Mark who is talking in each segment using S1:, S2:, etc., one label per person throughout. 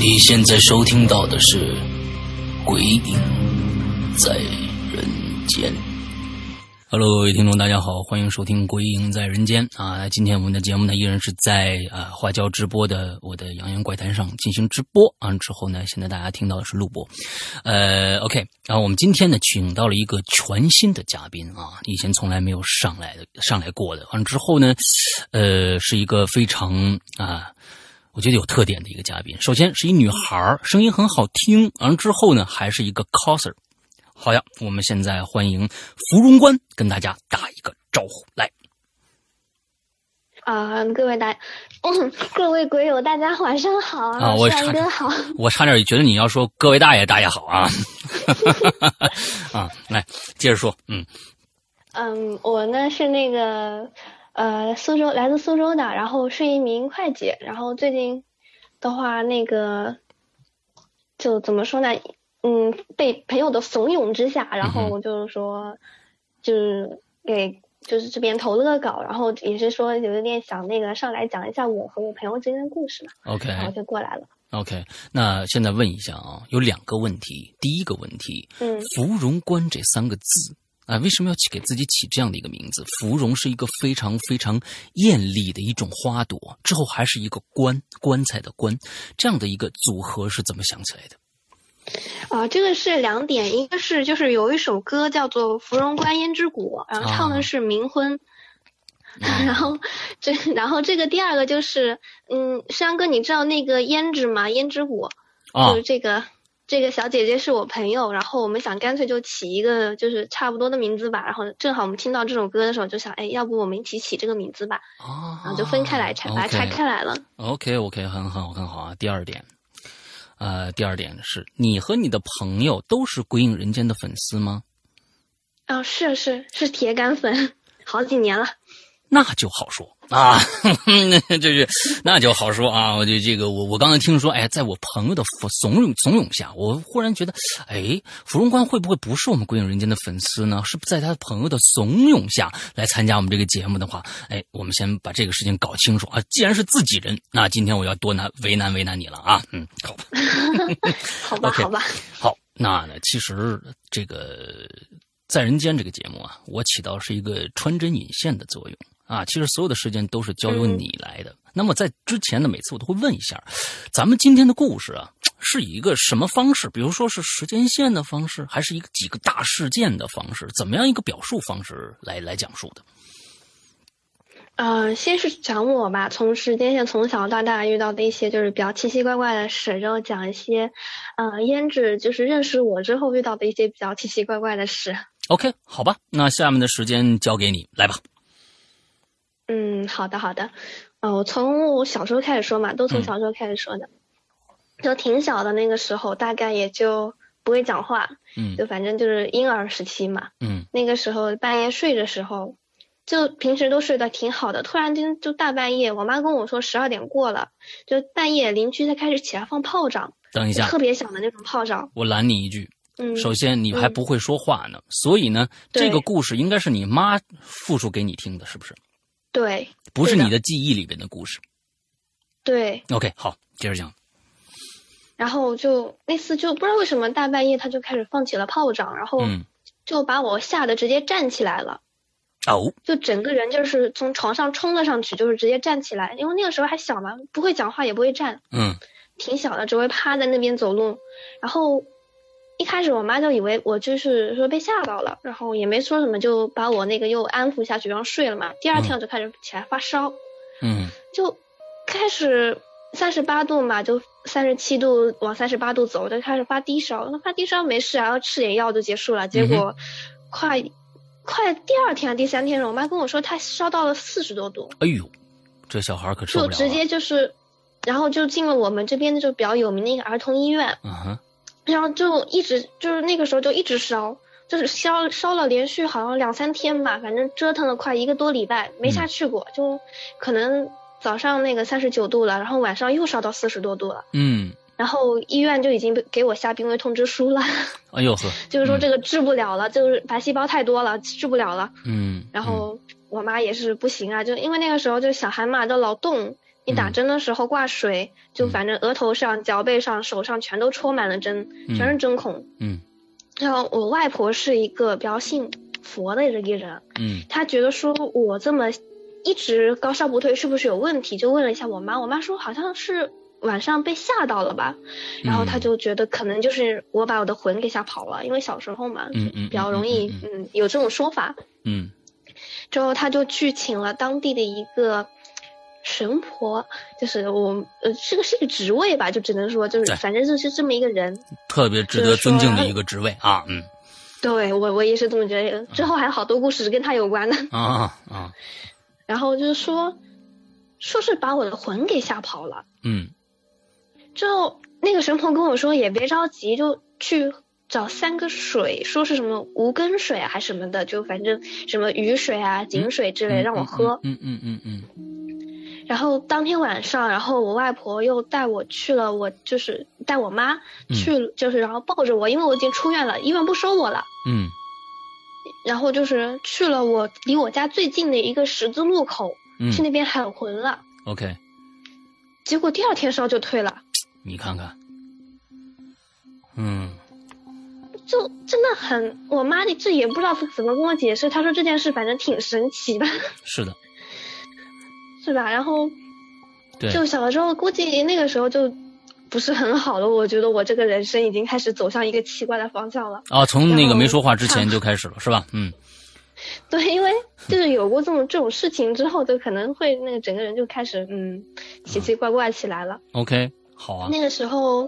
S1: 你现在收听到的是《鬼影在人间》。Hello，各位听众，大家好，欢迎收听《鬼影在人间》啊！今天我们的节目呢，依然是在啊花椒直播的我的《扬言怪谈》上进行直播啊。之后呢，现在大家听到的是录播。呃，OK，然、后我们今天呢，请到了一个全新的嘉宾啊，以前从来没有上来的上来过的。完啊了之后呢，呃，是一个非常啊。我觉得有特点的一个嘉宾。首先是一女孩儿，声音很好听，完了之后呢，还是一个 coser。好呀，我们现在欢迎芙蓉关跟大家打一个招呼，来，
S2: 啊、各位大，嗯各位鬼友，大家晚上好
S1: 啊我
S2: 帅
S1: 差
S2: 哥
S1: 点
S2: 好，
S1: 我差点觉得你要说各位大爷大爷好啊， 啊，来接着说，嗯，
S2: 嗯，我呢是那个呃苏州来自苏州的，然后是一名会计，然后最近的话那个就怎么说呢，嗯，被朋友的怂恿之下，然后
S1: 嗯哼
S2: 我就是说，就是给就是这边投了个稿，然后也是说有一点想那个上来讲一下我和我朋友之间的故事嘛，
S1: OK，
S2: 然后就过来了，
S1: OK，那现在问一下啊，有两个问题。第一个问题，
S2: 嗯
S1: 芙蓉关”这三个字啊，为什么要起给自己起这样的一个名字？芙蓉是一个非常非常艳丽的一种花朵，之后还是一个棺，棺材的棺，这样的一个组合是怎么想起来的？
S2: 啊，这个是两点，一个是就是有一首歌叫做《芙蓉观胭脂谷》，然后唱
S1: 啊
S2: 的是冥婚，
S1: 嗯
S2: 然后这然后这个第二个就是，嗯，山哥你知道那个胭脂吗？胭脂谷
S1: 啊
S2: 就是这个这个小姐姐是我朋友，然后我们想干脆就起一个就是差不多的名字吧，然后正好我们听到这首歌的时候就想，哎，要不我们一起起这个名字吧，
S1: 啊，
S2: 然后就分开来拆，把它拆
S1: OK
S2: 开来了。
S1: OK OK，很好很好啊。第二点，呃，第二点是你和你的朋友都是《鬼影人间》的粉丝吗？
S2: 啊，是是是铁杆粉，好几年了。
S1: 那就好说啊， 这是那就好说啊。我就这个，我我刚才听说，哎，在我朋友的怂恿怂恿下，我忽然觉得，哎，芙蓉关会不会不是我们《鬼影人间》的粉丝呢？是不是在他朋友的怂恿下来参加我们这个节目的话，哎，我们先把这个事情搞清楚啊。既然是自己人，那今天我要多难为难为难你了啊。嗯，好吧。
S2: 好吧
S1: OK
S2: 好吧，
S1: 好，那呢，其实这个在人间这个节目啊，我起到是一个穿针引线的作用啊。其实所有的时间都是交由
S2: 嗯
S1: 你来的。那么在之前呢，每次我都会问一下，咱们今天的故事啊，是以一个什么方式？比如说是时间线的方式，还是一个几个大事件的方式？怎么样一个表述方式来来讲述的？
S2: 呃，先是讲我吧，从时间线从小到大遇到的一些就是比较奇奇怪怪的事，然后讲一些，呃，胭脂就是认识我之后遇到的一些比较奇奇怪怪的事。
S1: OK，好吧，那下面的时间交给你，来吧。
S2: 嗯，好的好的，哦，我从我小时候开始说嘛，都从小时候开始说的，就挺小的那个时候，大概也就不会讲话，
S1: 嗯
S2: 就反正就是婴儿时期嘛。
S1: 嗯
S2: 那个时候半夜睡的时候，就平时都睡得挺好的，突然间就大半夜，我妈跟我说十二点过了，就半夜邻居才开始起来放炮仗，
S1: 等一
S2: 就
S1: 下，
S2: 特别响的那种炮仗。
S1: 我拦你一句，
S2: 嗯，
S1: 首先你还
S2: 嗯
S1: 不会说话呢，所以呢，
S2: 对
S1: 这个故事应该是你妈复述给你听的，是不是？
S2: 对
S1: 不是
S2: 对的
S1: 你的记忆里边的故事。
S2: 对，
S1: OK，好，接着讲。
S2: 然后就那次就不知道为什么大半夜他就开始放起了炮仗，然后
S1: 嗯，
S2: 就把我吓得直接站起来了。
S1: 哦，
S2: 就整个人就是从床上冲了上去，就是直接站起来，因为那个时候还小嘛，不会讲话也不会站，
S1: 嗯
S2: 挺小的，只会趴在那边走路。然后一开始我妈就以为我就是说被吓到了，然后也没说什么，就把我那个又安抚
S1: 嗯
S2: 下去，然后睡了嘛。第二天我就开始起来发烧，
S1: 嗯
S2: 就开始三十八度嘛，就三十七度往三十八度走，就开始发低烧。那发低烧没事啊，然后吃点药就结束了。
S1: 嗯
S2: 结果快、快第二天、第三天了，我妈跟我说她烧到了四十多度，
S1: 哎呦，这小孩可受不
S2: 就
S1: 了、啊。
S2: 直接就是，然后就进了我们这边就比较有名的一个儿童医院，
S1: 嗯哼，
S2: 然后就一直就是那个时候就一直烧，就是烧烧了连续好像两三天吧，反正折腾了快一个多礼拜没
S1: 嗯
S2: 下去过，就可能早上那个三十九度了，然后晚上又烧到四十多度了，
S1: 嗯，
S2: 然后医院就已经给我下病危通知书了，
S1: 哎呦呵，
S2: 就是说这个治不了了，就是白细胞太多了，治不了了。
S1: 嗯，
S2: 然后我妈也是不行啊，就因为那个时候就小孩嘛，都老动。你打
S1: 嗯
S2: 针的时候挂水，就
S1: 嗯
S2: 反正额头上、脚背上、手上全都戳满了针，
S1: 嗯
S2: 全是针孔。
S1: 嗯
S2: 然后我外婆是一个比较信佛的一个人，
S1: 嗯
S2: 她觉得说我这么一直高烧不退是不是有问题，就问了一下我妈，我妈说好像是晚上被吓到了吧，
S1: 嗯
S2: 然后她就觉得可能就是我把我的魂给吓跑了，因为小时候嘛，
S1: 嗯嗯，
S2: 比较容易
S1: 嗯
S2: 嗯有这种说法。
S1: 嗯
S2: 之后她就去请了当地的一个。神婆就是我，呃，这个是个职位吧，就只能说就是
S1: 对，
S2: 反正就是这么一个人，
S1: 嗯，特别值得尊敬的一个职位啊，嗯
S2: 对我我也是这么觉得。之后还有好多故事跟他有关的，
S1: 啊啊，
S2: 然后就是说，说是把我的魂给吓跑了。
S1: 嗯
S2: 之后那个神婆跟我说也别着急，就去找三个水，说是什么无根水啊还是什么的，就反正什么雨水啊、井水之类让我喝。
S1: 嗯嗯嗯嗯
S2: 然后当天晚上，然后我外婆又带我去了，我就是带我妈
S1: 嗯
S2: 去，就是然后抱着我，因为我已经出院了，医院不收我了。
S1: 嗯
S2: 然后就是去了我离我家最近的一个十字路口，
S1: 嗯
S2: 去那边喊魂了。
S1: ，OK，
S2: 结果第二天烧就退了，
S1: 你看看，嗯
S2: 就真的很，我妈这也不知道怎么跟我解释，她说这件事反正挺神奇的，
S1: 是的，
S2: 是吧？然后
S1: 对，
S2: 就小了之后，估计那个时候就不是很好了，我觉得我这个人生已经开始走向一个奇怪的方向了。
S1: 啊，从那个没说话之前就开始了是吧？嗯
S2: 对，因为就是有过这种这种事情之后，就可能会那个整个人就开始嗯奇奇怪怪起来了。
S1: ，OK，好啊，
S2: 嗯那个时候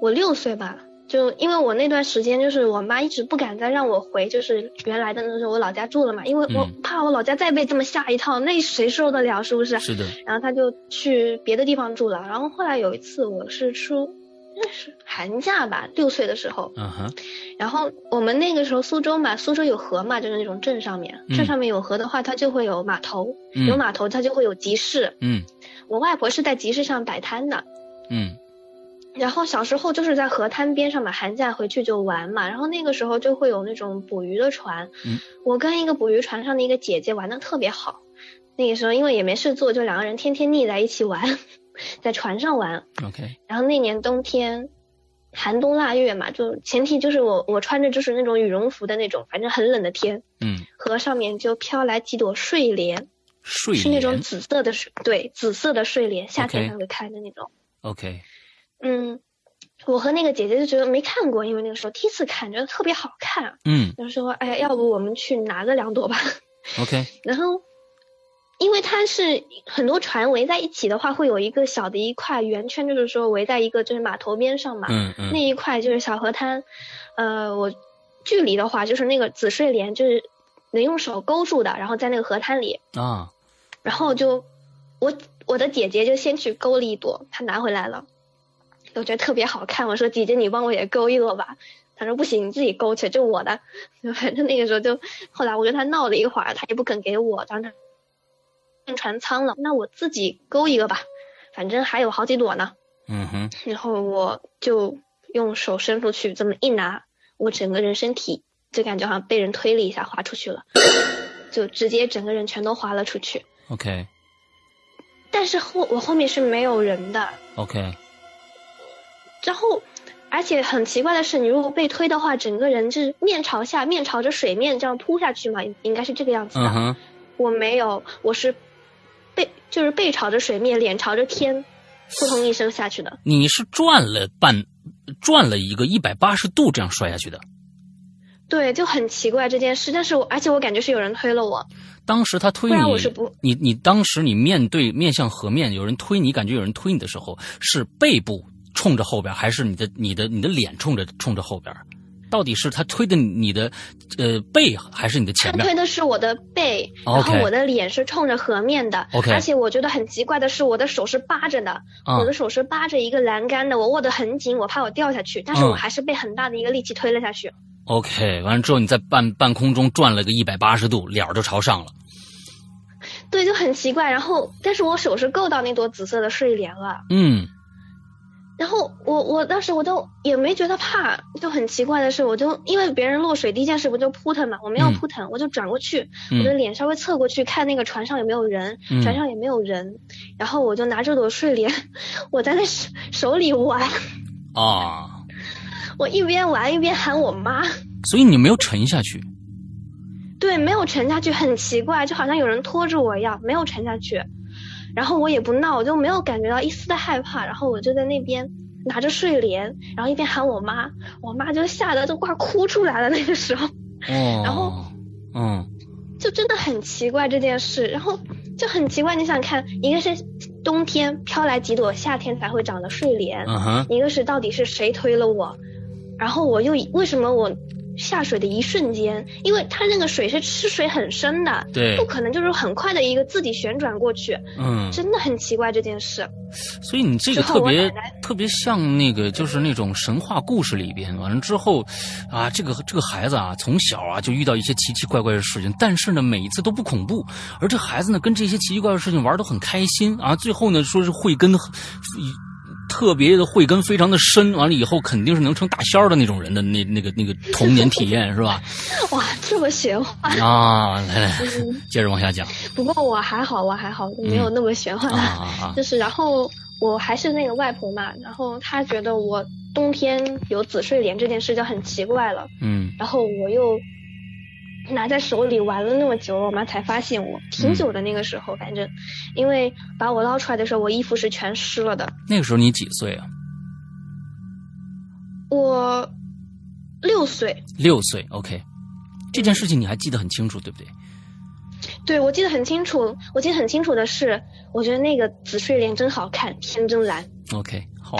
S2: 我六岁吧，就因为我那段时间就是我妈一直不敢再让我回就是原来的那时候我老家住了嘛，因为我
S1: 嗯
S2: 怕我老家再被这么吓一套，那谁受得了是不是？
S1: 是的，
S2: 然后她就去别的地方住了。然后后来有一次我是出。那是寒假吧，六岁的时候，
S1: 嗯哼，
S2: 然后我们那个时候苏州嘛，苏州有河嘛，就是那种镇上面，
S1: 嗯
S2: 镇上面有河的话，它就会有码头，有
S1: 嗯
S2: 码头它就会有集市。
S1: 嗯
S2: 我外婆是在集市上摆摊的，
S1: 嗯
S2: 然后小时候就是在河滩边上嘛，寒假回去就玩嘛，然后那个时候就会有那种捕鱼的船，
S1: 嗯
S2: 我跟一个捕鱼船上的一个姐姐玩的特别好，那个时候因为也没事做，就两个人天天腻在一起玩， 在船上玩。
S1: ，OK，
S2: 然后那年冬天，寒冬腊月嘛，就前提就是我我穿着就是那种羽绒服的那种，反正很冷的天，
S1: 嗯，
S2: 河上面就飘来几朵睡莲，
S1: 睡
S2: 是那种
S1: 莲
S2: 紫色的睡，对，紫色的睡莲，夏天
S1: OK
S2: 才会开的那种。
S1: ，OK，
S2: 嗯，我和那个姐姐就觉得没看过，因为那个时候第一次看，觉得特别好看，
S1: 嗯
S2: 就说哎，要不我们去拿个两朵吧。
S1: ，OK，
S2: 然后，因为它是很多船围在一起的话，会有一个小的一块圆圈，就是说围在一个就是码头边上嘛，
S1: 嗯嗯
S2: 那一块就是小河滩。呃，我距离的话，就是那个紫睡莲，就是能用手勾住的，然后在那个河滩里，
S1: 啊，
S2: 然后就我我的姐姐就先去勾了一朵，她拿回来了，我觉得特别好看。我说姐姐，你帮我也勾一朵吧。她说不行，你自己勾去，这我的。 反正那个时候就，后来我跟她闹了一会儿，她也不肯给我，当时进船舱了，那我自己勾一个吧，反正还有好几朵呢。
S1: 嗯哼，
S2: 然后我就用手伸出去，这么一拿，我整个人身体就感觉好像被人推了一下，滑出去了， 就直接整个人全都滑了出去。
S1: ，OK
S2: 但是后我后面是没有人的。
S1: OK，
S2: 然后，而且很奇怪的是，你如果被推的话，整个人是面朝下，面朝着水面这样扑下去嘛，应应该是这个样子的。
S1: 嗯哼，
S2: 我没有，我是背就是背朝着水面，脸朝着天，扑通一声下去的。
S1: 你是转了半，转了一个一百八十度这样摔下去的，
S2: 对，就很奇怪这件事。但是我而且我感觉是有人推了我，
S1: 当时他推
S2: 不
S1: 你
S2: 然我是不，
S1: 你你当时你面对面向河面，有人推你，感觉有人推你的时候，是背部冲着后边，还是你的你的你的脸冲着冲着后边？到底是他推的你的呃背，还是你的前
S2: 他
S1: 面
S2: 推的是我的背，然
S1: 哦 OK
S2: 后我的脸是冲着河面的。
S1: OK
S2: 而且我觉得很奇怪的是，我的手是扒着的，
S1: 啊
S2: 我的手是扒着一个栏杆的，我握得很紧，我怕我掉下去，但是
S1: 嗯
S2: 我还是被很大的一个力气推了下去。
S1: ？OK，完了之后你在半半空中转了个一百八十度，脸儿就朝上了。
S2: 对，就很奇怪。然后，但是我手是够到那朵紫色的睡莲了。
S1: 嗯
S2: 然后我我当时我都也没觉得怕，就很奇怪的是，我就因为别人落水第一件事不就扑腾嘛，我没有
S1: 嗯
S2: 扑腾，我就转过去，我的
S1: 嗯
S2: 脸稍微侧过去看那个船上有没有人，
S1: 嗯
S2: 船上也没有人，然后我就拿这朵睡莲， 我在那手手里玩，
S1: 啊，
S2: 我一边玩一边喊我妈，
S1: 所以你没有沉下去。
S2: 对，没有沉下去，很奇怪，就好像有人拖着我一样，没有沉下去。然后我也不闹，我就没有感觉到一丝的害怕。然后我就在那边拿着睡莲，然后一边喊我妈，我妈就吓得都快哭出来了。那个时候
S1: 哦，
S2: 然后
S1: 嗯
S2: 就真的很奇怪这件事，然后就很奇怪。你想看，一个是冬天飘来几朵夏天才会长的睡莲，
S1: 嗯哼
S2: 一个是到底是谁推了我，然后我又为什么我下水的一瞬间，因为它那个水是吃水很深的，
S1: 对
S2: 不可能就是很快的一个自己旋转过去，
S1: 嗯，
S2: 真的很奇怪这件事。
S1: 所以你这个
S2: 之
S1: 特
S2: 后我
S1: 别
S2: 奶奶
S1: 特别像那个，就是那种神话故事里边，完了之后，啊，这个这个孩子啊，从小啊就遇到一些奇奇怪怪的事情，但是呢，每一次都不恐怖，而这孩子呢，跟这些奇奇怪怪的事情玩得很开心啊，最后呢，说是慧根特别的慧根非常的深，完了以后肯定是能成大仙儿的那种人的那那个那个童年体验是吧？
S2: 哇，这么玄幻！
S1: 啊，来来，接着往下讲
S2: 不过我还好，我还好，没有那么玄幻。
S1: 啊啊啊！
S2: 就是然后我还是那个外婆嘛，然后她觉得我冬天有紫睡莲这件事就很奇怪了，
S1: 嗯
S2: 然后我又拿在手里玩了那么久，我妈才发现我，
S1: 嗯
S2: 挺久的那个时候，反正因为把我捞出来的时候，我衣服是全湿了的，
S1: 那个时候你几岁啊？
S2: 我六岁，
S1: 六岁，OK。这件事情你还记得很清楚，对不对？
S2: 对我记得很清楚，我记得很清楚的是，我觉得那个紫睡莲真好看，天真蓝。
S1: OK，好，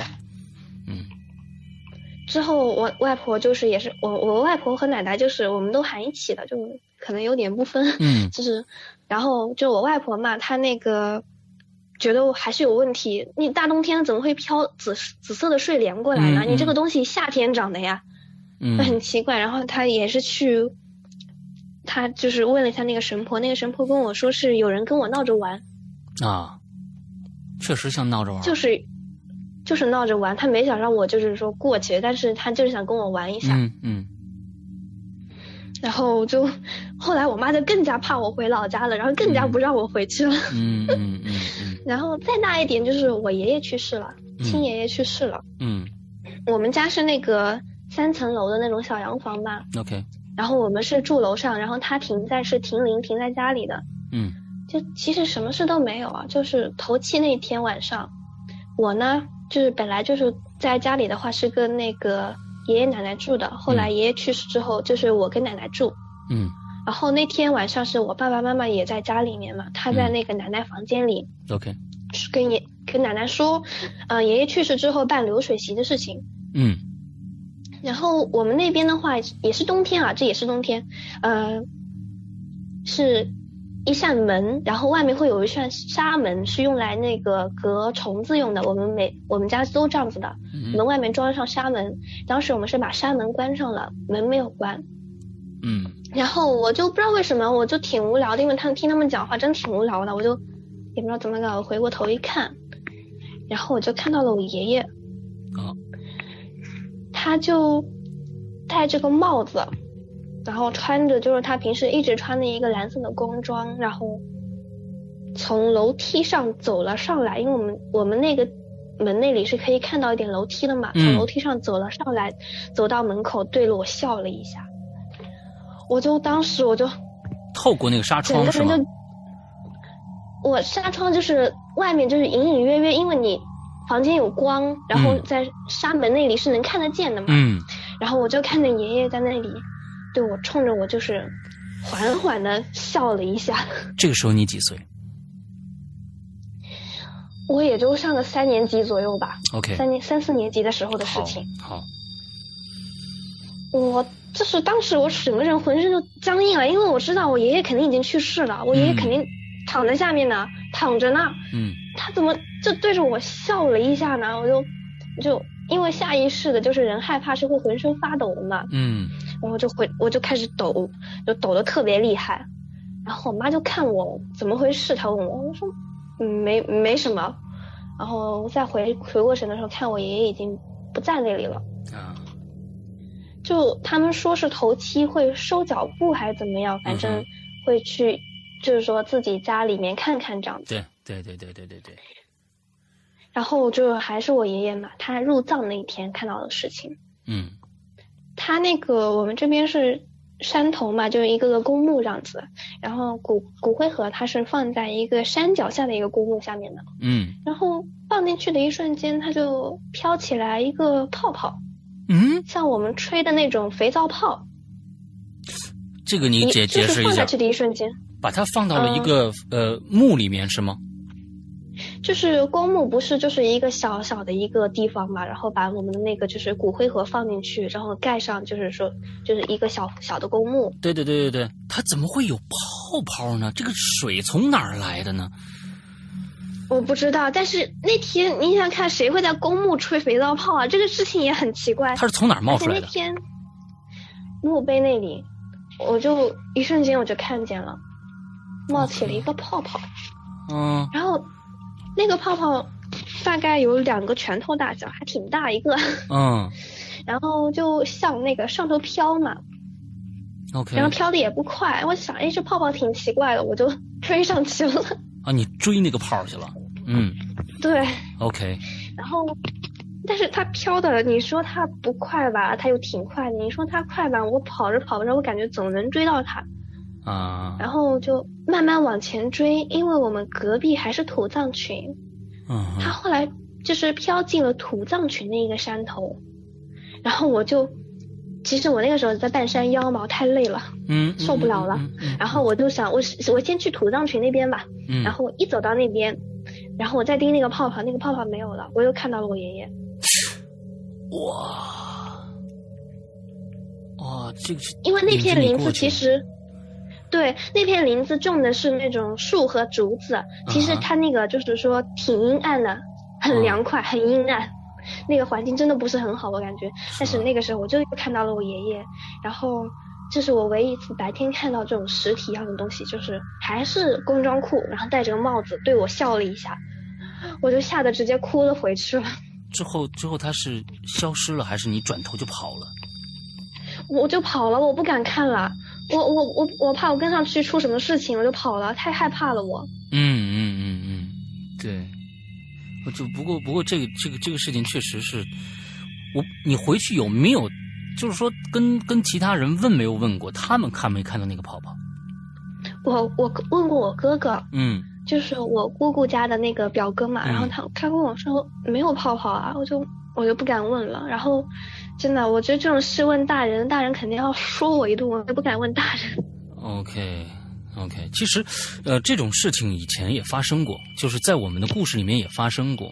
S2: 之后我外婆就是也是我我外婆和奶奶就是我们都喊一起的，就可能有点不分，
S1: 嗯
S2: 就是然后就我外婆嘛，她那个觉得我还是有问题，你大冬天怎么会飘紫紫色的睡莲过来呢？
S1: 嗯嗯
S2: 你这个东西夏天长的呀，
S1: 嗯
S2: 那很奇怪。然后她也是去。她就是问了一下那个神婆，那个神婆跟我说是有人跟我闹着玩，
S1: 啊，确实像闹着玩儿，
S2: 就是就是闹着玩，他没想让我就是说过去，但是他就是想跟我玩一下。
S1: 嗯嗯
S2: 然后就后来我妈就更加怕我回老家了，然后更加不让我回去了。
S1: 嗯嗯嗯嗯
S2: 然后再大一点就是我爷爷去世了，
S1: 嗯
S2: 亲爷爷去世了。
S1: 嗯
S2: 我们家是那个三层楼的那种小洋房吧，
S1: 嗯，OK，
S2: 然后我们是住楼上，然后他停在是停灵停在家里的，
S1: 嗯
S2: 就其实什么事都没有啊，就是头七那天晚上，我呢就是本来就是在家里的话是跟那个爷爷奶奶住的，后来爷爷去世之后就是我跟奶奶住，
S1: 嗯
S2: 然后那天晚上是我爸爸妈妈也在家里面嘛，他在
S1: 嗯
S2: 那个奶奶房间里
S1: ，OK，
S2: 是跟爷跟奶奶说，呃爷爷去世之后办流水席的事情，
S1: 嗯
S2: 然后我们那边的话也是冬天啊，这也是冬天，呃，是一扇门，然后外面会有一扇纱门，是用来那个隔虫子用的。我们每我们家都这样子的，门
S1: 嗯
S2: 外面装上纱门。当时我们是把纱门关上了，门没有关。
S1: 嗯
S2: 然后我就不知道为什么，我就挺无聊的，因为他们听他们讲话真挺无聊的，我就也不知道怎么搞，我回过头一看，然后我就看到了我爷爷，
S1: 啊
S2: 他就戴这个帽子，然后穿着就是他平时一直穿的一个蓝色的工装，然后从楼梯上走了上来，因为我们我们那个门那里是可以看到一点楼梯的嘛，
S1: 嗯
S2: 从楼梯上走了上来，走到门口对着我笑了一下，我就当时我就
S1: 透过那个纱
S2: 整
S1: 窗
S2: 个
S1: 是吗
S2: 人就，我纱窗就是外面就是隐隐约约，因为你房间有光，然后
S1: 嗯
S2: 在纱门那里是能看得见的嘛。
S1: 嗯
S2: 然后我就看着爷爷在那里对我冲着我就是缓缓的笑了一下。
S1: 这个时候你几岁
S2: 我也就上个三年级左右吧，
S1: ？OK，
S2: 三年三四年级的时候的事
S1: 哎好
S2: 情。，
S1: 好，
S2: 我就是当时我整个人浑身就僵硬了，因为我知道我爷爷肯定已经去世了，我爷爷
S1: 嗯
S2: 肯定躺在下面呢，躺着呢，
S1: 嗯
S2: 他怎么就对着我笑了一下呢？我就就因为下意识的就是人害怕是会浑身发抖的嘛，
S1: 嗯
S2: 然后就回我就开始抖，就抖得特别厉害。然后我妈就看我怎么回事，她问我，我说嗯没没什么。然后再回回过神的时候，看我爷爷已经不在那里了。
S1: 啊，
S2: 就他们说是头七会收脚步还是怎么样，反
S1: 嗯
S2: 正
S1: 哼
S2: 会去，就是说自己家里面看看这样子。
S1: 对对对对对对对，
S2: 然后就还是我爷爷嘛，他入葬那一天看到的事情。
S1: 嗯
S2: 他那个我们这边是山头嘛，就是一个个公墓这样子，然后骨骨灰盒它是放在一个山脚下的一个公墓下面的，
S1: 嗯
S2: 然后放进去的一瞬间，它就飘起来一个泡泡，
S1: 嗯，
S2: 像我们吹的那种肥皂泡，
S1: 这个你解
S2: 就
S1: 解释
S2: 是
S1: 一
S2: 放
S1: 下
S2: 下，去的嗯一瞬间，
S1: 把它放到了一个呃墓里面是吗？
S2: 就是公墓不是就是一个小小的一个地方嘛，然后把我们的那个就是骨灰盒放进去，然后盖上就是说就是一个小小的公墓，
S1: 对对对对对，它怎么会有泡泡呢？这个水从哪儿来的呢？
S2: 我不知道，但是那天你想看谁会在公墓吹肥皂泡啊？这个事情也很奇怪。
S1: 它是从哪儿冒
S2: 而
S1: 出
S2: 且
S1: 来
S2: 那
S1: 的？
S2: 天墓碑那里，我就一瞬间我就看见了，冒起了一个泡泡，
S1: 嗯，
S2: 然后那个泡泡大概有两个拳头大小，还挺大一个，
S1: 嗯
S2: 然后就向那个上头飘嘛，
S1: ，OK，
S2: 然后飘的也不快，我想，哎，这泡泡挺奇怪的，我就 追上去了。
S1: 啊，你追那个泡儿去了，嗯
S2: 对，
S1: ，OK，
S2: 然后，但是它飘的，你说它不快吧，它又挺快的；你说它快吧，我跑着跑着，我感觉总能追到它。
S1: 啊，
S2: 然后就慢慢往前追，因为我们隔壁还是土葬群，
S1: 嗯
S2: 它
S1: 哼，
S2: 后来就是飘进了土葬群的一个山头，然后我就。其实我那个时候在半山腰嘛，我太累了，
S1: 嗯，嗯
S2: 受不了了
S1: 嗯嗯嗯
S2: 然后我就想，我是我先去土葬群那边吧。
S1: 嗯，
S2: 然后我一走到那边，然后我再盯那个泡泡，那个泡泡没有了，我又看到了我爷爷。
S1: 哇，哇，这个是
S2: 因为那
S1: 引
S2: 片
S1: 着你
S2: 林
S1: 过
S2: 子
S1: 去
S2: 其实，对那片林子种的是那种树和竹子，其实
S1: 啊哈啊
S2: 它那个就是说挺阴暗的，很凉快，很阴暗。 那个环境真的不是很好，我感觉。但是
S1: 吧
S2: 那个时候我就又看到了我爷爷，然后这是我唯一一次白天看到这种实体一样的东西，就是还是工装裤，然后戴着个帽子，对我笑了一下， 我就吓得直接哭了回去了。
S1: 之后之后它是消失了，还是你转头就跑了？
S2: 我就跑了，我不敢看了，我我我我怕我跟上去出什么事情，我就跑了，太害怕了我。
S1: 嗯嗯嗯嗯，对。我就不过不过这个这个这个事情确实是，我你回去有没有，就是说跟跟其他人问没有问过，他们看没看到那个泡泡？
S2: 我我问过我哥哥，
S1: 嗯
S2: 就是我姑姑家的那个表哥嘛，
S1: 嗯
S2: 然后他他跟我说没有泡泡啊，我就我就不敢问了。然后真的，我觉得这种事问大人，大人肯定要说我一顿，我也不敢问大人。
S1: ，OK OK，其实，呃，这种事情以前也发生过，就是在我们的故事里面也发生过。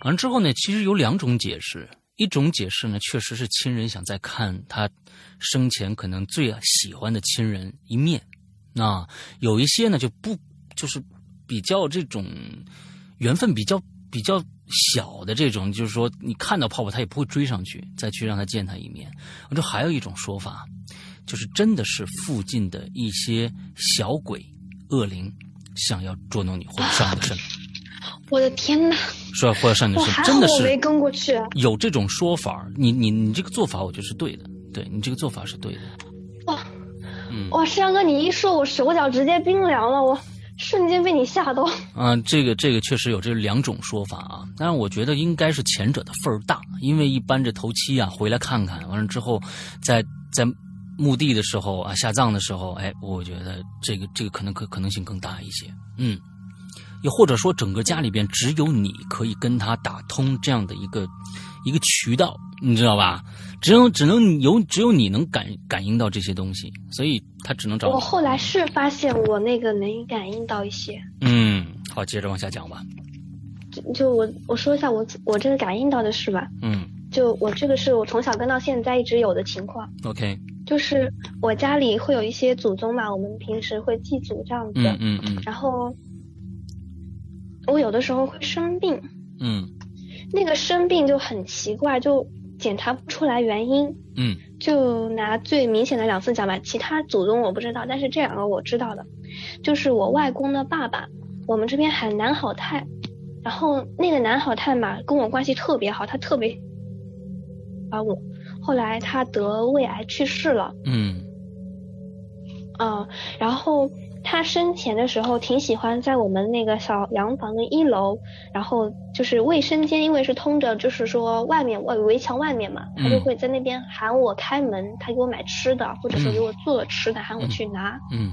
S1: 完之后呢，其实有两种解释，一种解释呢，确实是亲人想再看他生前可能最喜欢的亲人一面。那有一些呢就不就是比较这种缘分比较比较小的这种，就是说你看到泡泡他也不会追上去再去让他见他一面。我这还有一种说法，就是真的是附近的一些小鬼恶灵想要捉弄你或者上你的身，
S2: 我的天呐，
S1: 说或者上你
S2: 啊 我
S1: 的身，
S2: 还
S1: 真
S2: 好
S1: 的
S2: 我
S1: 嗯是嗯
S2: 没跟过去。
S1: 有这种说法，你你你这个做法，我觉得是对的，对你这个做法是对的。
S2: 哇
S1: 嗯
S2: 哇，山哥，你一说，我手脚直接冰凉了，我瞬间被你吓到。
S1: 啊、这个这个确实有这两种说法啊，但是我觉得应该是前者的份儿大，因为一般这头七啊回来看看，完了之后在在墓地的时候啊下葬的时候，哎，我觉得这个这个可能可可能性更大一些，嗯，也或者说整个家里边只有你可以跟他打通这样的一个一个渠道，你知道吧？只有只能有只有你能感感应到这些东西，所以他只能找
S2: 我
S1: 你。
S2: 后来是发现我那个能感应到一些，
S1: 嗯，好，接着往下讲吧。
S2: 就就我我说一下我我这个感应到的是吧？
S1: 嗯
S2: 就我这个是我从小跟到现在一直有的情况，
S1: ，OK，
S2: 就是我家里会有一些祖宗嘛，我们平时会祭祖这样子，
S1: 嗯嗯嗯
S2: 然后我有的时候会生病，
S1: 嗯
S2: 那个生病就很奇怪，就检查不出来原因。
S1: 嗯
S2: 就拿最明显的两次讲吧，其他祖宗我不知道，但是这两个我知道的，就是我外公的爸爸，我们这边喊南好泰，然后那个南好泰嘛，跟我关系特别好，他特别啊我，后来他得胃癌去世了，
S1: 嗯
S2: 嗯，然后他生前的时候挺喜欢在我们那个小洋房的一楼，然后就是卫生间，因为是通着，就是说外面外围墙外面嘛，他就
S1: 嗯
S2: 会在那边喊我开门，他给我买吃的，或者说
S1: 嗯
S2: 给我做吃的，喊我去拿。
S1: 嗯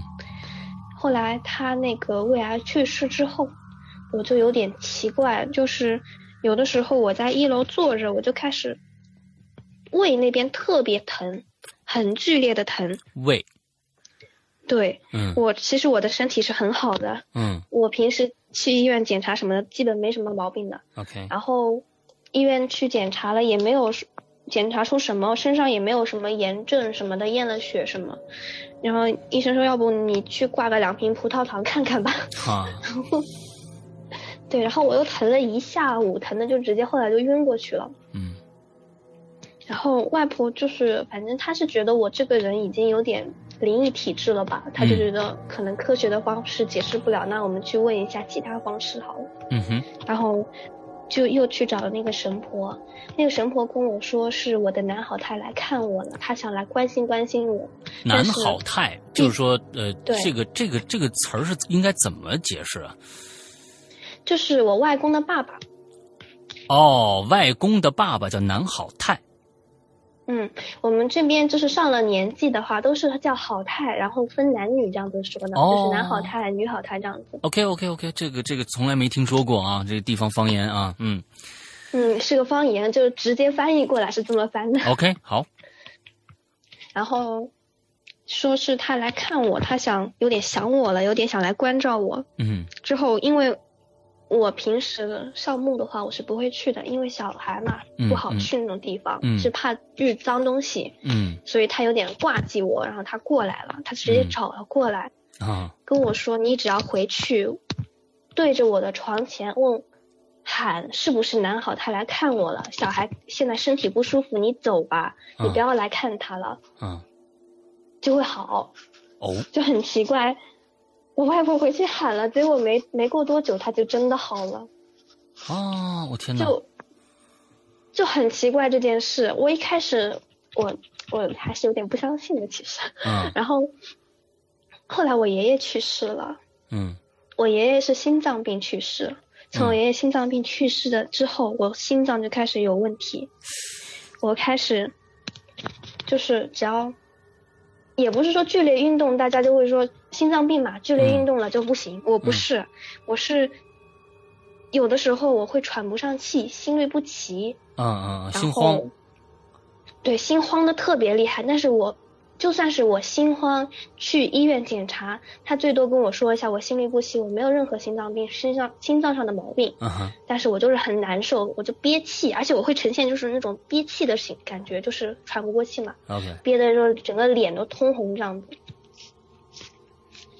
S2: 后来他那个胃癌去世之后，我就有点奇怪，就是有的时候我在一楼坐着，我就开始胃那边特别疼，很剧烈的疼，
S1: 喂，
S2: 对。
S1: 嗯
S2: 我其实我的身体是很好的，
S1: 嗯
S2: 我平时去医院检查什么的，基本没什么毛病的。
S1: ，OK，
S2: 然后医院去检查了，也没有说检查出什么，身上也没有什么炎症什么的，验了血什么。然后医生说，要不你去挂个两瓶葡萄糖看看吧。
S1: 好，
S2: 对，然后我又疼了一下午，疼的就直接后来就晕过去了。
S1: 嗯
S2: 然后外婆就是，反正她是觉得我这个人已经有点灵异体质了吧，她就
S1: 嗯
S2: 觉得可能科学的方式解释不了，那我们去问一下其他方式好了。
S1: 嗯哼，
S2: 然后就又去找那个神婆，那个神婆跟我说是我的男好太来看我了，他想来关心关心我。
S1: 南
S2: 但是
S1: 好泰就是说，呃，
S2: 对
S1: 这个这个这个词儿是应该怎么解释啊？
S2: 就是我外公的爸爸，
S1: 哦，外公的爸爸叫南好泰，
S2: 嗯，我们这边就是上了年纪的话，都是叫好太，然后分男女这样子说的，就
S1: 哦
S2: 是男好太、女好太这样子。
S1: OK OK OK，这个这个从来没听说过啊，这个地方方言啊，嗯
S2: 嗯，是个方言，就直接翻译过来是这么翻的。
S1: ，OK，好，
S2: 然后说是他来看我，他想有点想我了，有点想来关照我。
S1: 嗯
S2: 之后，因为我平时上墓的话，我是不会去的，因为小孩嘛、
S1: 嗯
S2: 不好去那种地方，
S1: 嗯
S2: 是怕遇脏东西，
S1: 嗯
S2: 所以他有点挂记我，然后他过来了，他直接
S1: 嗯
S2: 找了过来，
S1: 啊，
S2: 跟我说：“你只要回去，对着我的床前问。”喊是不是男好他来看我了？小孩现在身体不舒服，你走吧，你
S1: 啊
S2: 不要来看他了，
S1: 啊
S2: 就会好。
S1: 哦，
S2: 就很奇怪。我外婆回去喊了，结果没没过多久，她就真的好了，
S1: 啊，我天哪，
S2: 就就很奇怪这件事。我一开始我我还是有点不相信的，其实。
S1: 啊
S2: 然后后来我爷爷去世了，
S1: 嗯
S2: 我爷爷是心脏病去世。从我
S1: 嗯
S2: 爷爷心脏病去世的之后，我心脏就开始有问题，我开始就是只要，也不是说剧烈运动，大家就会说心脏病嘛，剧烈
S1: 嗯
S2: 运动了就不行。我不
S1: 嗯
S2: 是，我是有的时候我会喘不上气，心律不齐，
S1: 啊啊，
S2: 然
S1: 心慌
S2: 后，对，心慌的特别厉害。但是我就算是我心慌去医院检查，他最多跟我说一下我心律不齐，我没有任何心脏病，身上心脏上的毛病，
S1: 啊哈，
S2: 但是我就是很难受，我就憋气，而且我会呈现就是那种憋气的形感觉，就是喘不过气嘛，
S1: ，OK，
S2: 憋的就是整个脸都通红这样子。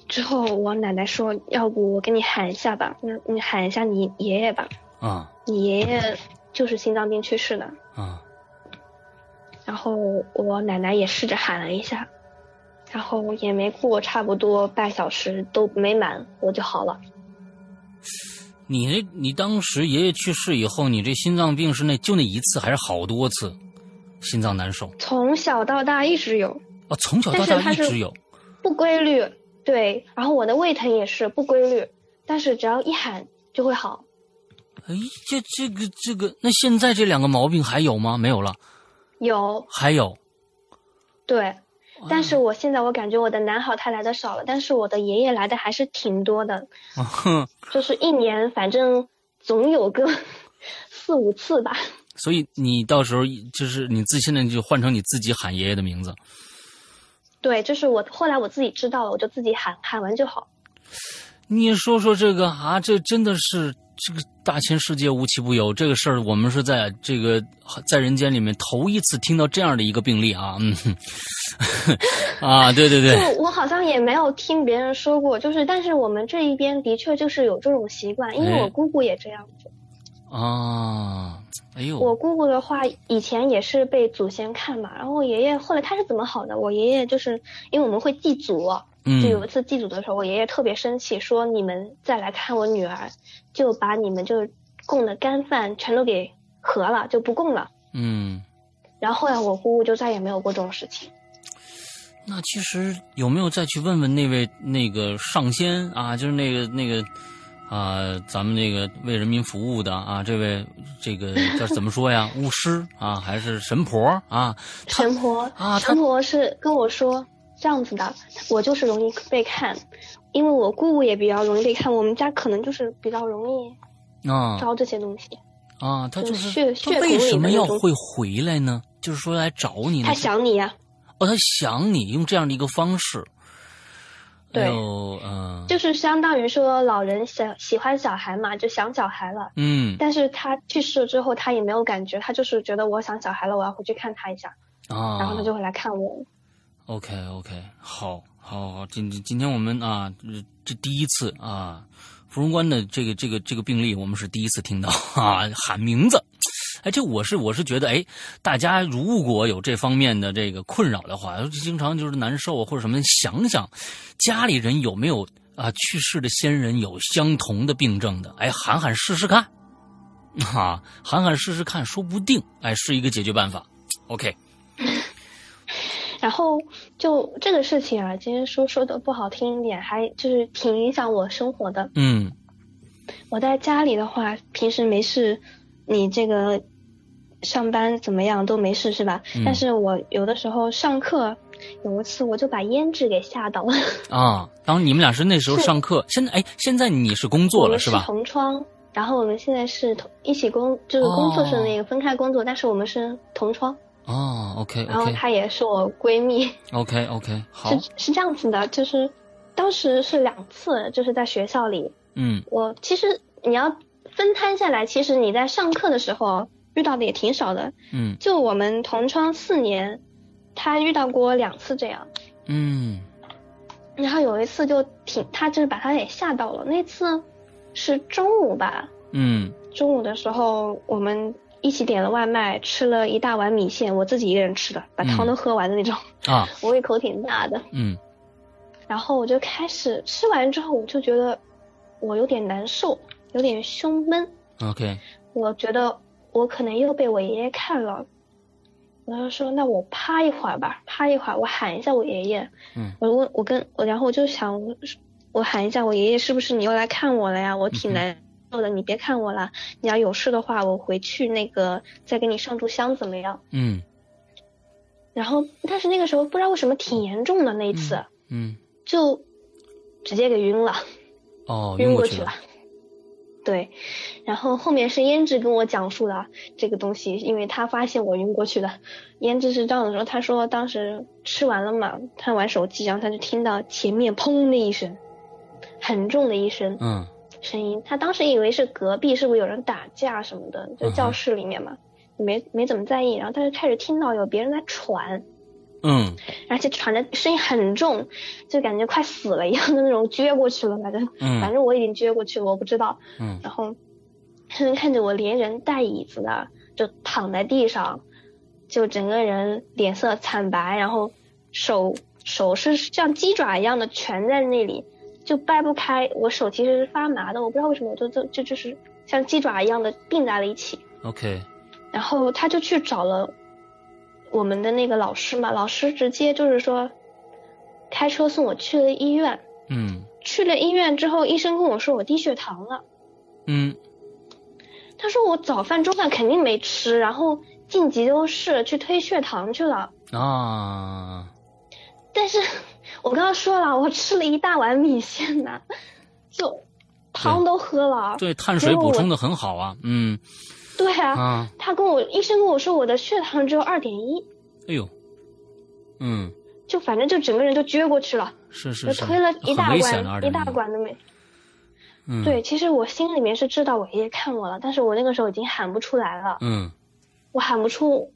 S2: 之后我奶奶说，要不我给你喊一下吧，你你喊一下你爷爷吧，
S1: 啊
S2: 你爷爷就是心脏病去世的。
S1: 啊
S2: 然后我奶奶也试着喊了一下，然后也没过差不多半小时都没满，我就好了。
S1: 你这你当时爷爷去世以后，你这心脏病是那就那一次还是好多次？心脏难受
S2: 从小到大一直有
S1: 啊，从小到
S2: 但
S1: 大
S2: 是它
S1: 一
S2: 是
S1: 直有
S2: 不规律，对，然后我的胃疼也是不规律，但是只要一喊就会好。
S1: 哎，这这个这个，那现在这两个毛病还有吗？没有了，
S2: 有
S1: 还有。
S2: 对，但是我现在我感觉我的男好太来的少了，但是我的爷爷来的还是挺多的，
S1: 啊哼，
S2: 就是一年反正总有个四五次吧。
S1: 所以你到时候就是你自现在就换成你自己喊爷爷的名字。
S2: 对，就是我后来我自己知道了，我就自己喊喊完就好。
S1: 你说说这个啊，这真的是这个大千世界无奇不有，这个事儿我们是在这个在人间里面头一次听到这样的一个病例啊，嗯， 啊，对对对，
S2: 就我好像也没有听别人说过，就是但是我们这一边的确就是有这种习惯，因为我姑姑也这样子。
S1: 哎、啊，哎呦，
S2: 我姑姑的话以前也是被祖先看嘛，然后爷爷后来他是怎么好的？我爷爷就是因为我们会祭祖。
S1: 嗯
S2: 就有一次祭祖的时候，我爷爷特别生气，说你们再来看我女儿，就把你们就是供的干饭全都给合了，就不供了。
S1: 嗯，
S2: 然后后来我姑姑就再也没有过这种事情。
S1: 那其实有没有再去问问那位那个上仙啊，就是那个那个啊、呃，咱们那个为人民服务的啊，这位这个叫怎么说呀？巫师啊，还是神婆啊？
S2: 神婆
S1: 啊，
S2: 神婆是跟我说。这样子的，我就是容易被看，因为我姑姑也比较容易被看，我们家可能就是比较容易
S1: 啊
S2: 招这些东西
S1: 啊。他就是
S2: 血血
S1: 为什么要会回来呢？就是说来找你呢，
S2: 他想你呀、
S1: 啊。哦，他想你，用这样的一个方式。
S2: 对，
S1: 嗯、呃，
S2: 就是相当于说老人想喜欢小孩嘛，就想小孩了。
S1: 嗯，
S2: 但是他去世之后，他也没有感觉，他就是觉得我想小孩了，我要回去看他一下
S1: 啊，
S2: 然后他就会来看我。
S1: OK，OK，okay, okay, 好，好，好，今今天我们啊，这第一次啊，芙蓉关的这个这个这个病例，我们是第一次听到啊，喊名字，哎，这我是我是觉得，哎，大家如果有这方面的这个困扰的话，经常就是难受啊或者什么，想想家里人有没有啊去世的先人有相同的病症的，哎，喊喊试试看，啊，喊喊试试看，说不定哎是一个解决办法。OK。
S2: 然后就这个事情啊，今天说说的不好听一点，还就是挺影响我生活的。
S1: 嗯，
S2: 我在家里的话，平时没事，你这个上班怎么样都没事是吧？
S1: 嗯、
S2: 但是我有的时候上课，有一次我就把胭脂给吓到 了。
S1: 啊，当你们俩是那时候上课，现在哎，现在你是工作了是吧？
S2: 是同窗，然后我们现在是同一起工，就是工作是那个分开工作，
S1: 哦、
S2: 但是我们是同窗。
S1: 哦、oh,，OK，, okay.
S2: 然后她也是我闺蜜。
S1: OK，OK，okay, okay, 好，
S2: 是是这样子的，就是当时是两次，就是在学校里。
S1: 嗯，
S2: 我其实你要分摊下来，其实你在上课的时候遇到的也挺少的。
S1: 嗯，
S2: 就我们同窗四年，她遇到过两次这样。
S1: 嗯，
S2: 然后有一次就挺，她就是把她也吓到了。那次是中午吧？
S1: 嗯，
S2: 中午的时候我们。一起点了外卖，吃了一大碗米线，我自己一个人吃的，把汤都喝完的那种。
S1: 嗯、啊，
S2: 我胃口挺大的。
S1: 嗯，
S2: 然后我就开始吃完之后，我就觉得我有点难受，有点胸闷。
S1: OK，
S2: 我觉得我可能又被我爷爷看了，我就说那我趴一会儿吧，趴一会儿，我喊一下我爷爷。
S1: 嗯，
S2: 我问我跟我，然后我就想，我喊一下我爷爷，是不是你又来看我了呀？我挺难。
S1: 嗯
S2: 够了，你别看我了。你要有事的话，我回去那个再给你上炷香，怎么样？
S1: 嗯。
S2: 然后，但是那个时候不知道为什么挺严重的那一次，
S1: 嗯，嗯
S2: 就直接给晕了。
S1: 哦，
S2: 晕
S1: 过
S2: 去
S1: 了。
S2: 对，然后后面是胭脂跟我讲述了这个东西，因为他发现我晕过去的。胭脂是这样的说，他说当时吃完了嘛，他玩手机，然后他就听到前面砰的一声，很重的一声。
S1: 嗯。
S2: 声音，他当时以为是隔壁是不是有人打架什么的，在
S1: 啊
S2: 教室里面嘛，没没怎么在意。然后他就开始听到有别人在喘，
S1: 嗯，
S2: 而且喘的声音很重，就感觉快死了一样的那种，撅过去了。反正、
S1: 嗯、
S2: 反正我已哦经撅过去了，我不知道。
S1: 嗯，
S2: 然后他能看着我连人带椅子的就躺在地上，就整个人脸色惨白，然后手手是像鸡爪一样的蜷在那里。就掰不开，我手其实是发麻的，我不知道为什么，我就就就就是像鸡爪一样的并在了一起。
S1: OK。
S2: 然后他就去找了我们的那个老师嘛，老师直接就是说开车送我去了医院。
S1: 嗯。
S2: 去了医院之后，医生跟我说我低血糖了。
S1: 嗯。
S2: 他说我早饭、中饭肯定没吃，然后进急救室去推血糖去了。
S1: 啊。
S2: 但是。我刚刚说了，我吃了一大碗米线呢，就汤都喝了，
S1: 对碳水补充的很好啊，嗯，
S2: 对啊，
S1: 啊，
S2: 他跟我医生跟我说我的血糖只有二点一，
S1: 哎呦，嗯，
S2: 就反正就整个人就撅过去了，
S1: 是是，
S2: 就是推了一大
S1: 很危险的
S2: 管
S1: 二
S2: 一
S1: 点
S2: 大管的美。
S1: 嗯，
S2: 对，其实我心里面是知道我爷爷看我了，但是我那个时候已经喊不出来了，
S1: 嗯
S2: 我喊不出，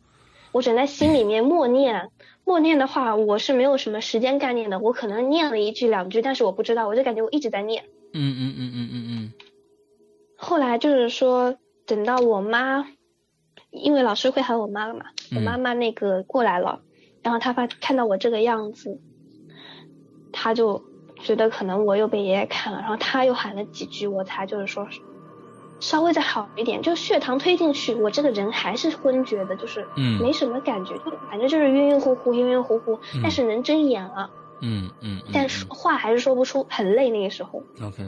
S2: 我只能在心里面默念。默念的话，我是没有什么时间概念的，我可能念了一句两句，但是我不知道，我就感觉我一直在念。
S1: 嗯嗯嗯嗯嗯
S2: 后来就是说，等到我妈，因为老师会喊我妈嘛，我
S1: 嗯
S2: 妈妈那个过来了，然后她发看到我这个样子，她就觉得可能我又被爷爷看了，然后她又喊了几句，我才就是说稍微再好一点，就血糖推进去，我这个人还是昏厥的，就是
S1: 嗯
S2: 没什么感觉，就反正就是晕晕乎乎，晕晕乎乎，
S1: 嗯
S2: 但是能睁眼了，
S1: 嗯嗯嗯，
S2: 但说话还是说不出，很累那个时候。
S1: OK，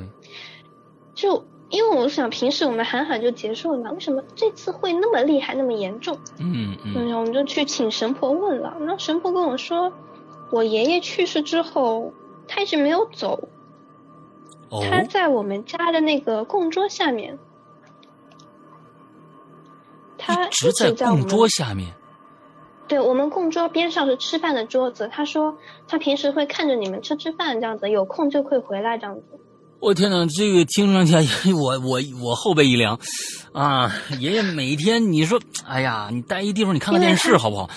S2: 就因为我想平时我们喊喊就结束了嘛，为什么这次会那么厉害，那么严重？
S1: 嗯嗯
S2: 嗯，我们就去请神婆问了，然后神婆跟我说，我爷爷去世之后，他一直没有走，
S1: 哦，
S2: 他在我们家的那个供桌下面，他
S1: 一直在
S2: 在我
S1: 供
S2: 们
S1: 桌下面，
S2: 对我们供桌边上是吃饭的桌子，他说他平时会看着你们吃吃饭这样子，有空就会回来这样子。
S1: 我天哪，这个听上去， 我我我后背一凉，啊，爷爷每天你说，哎呀，你待一地方，你看看电视好不好？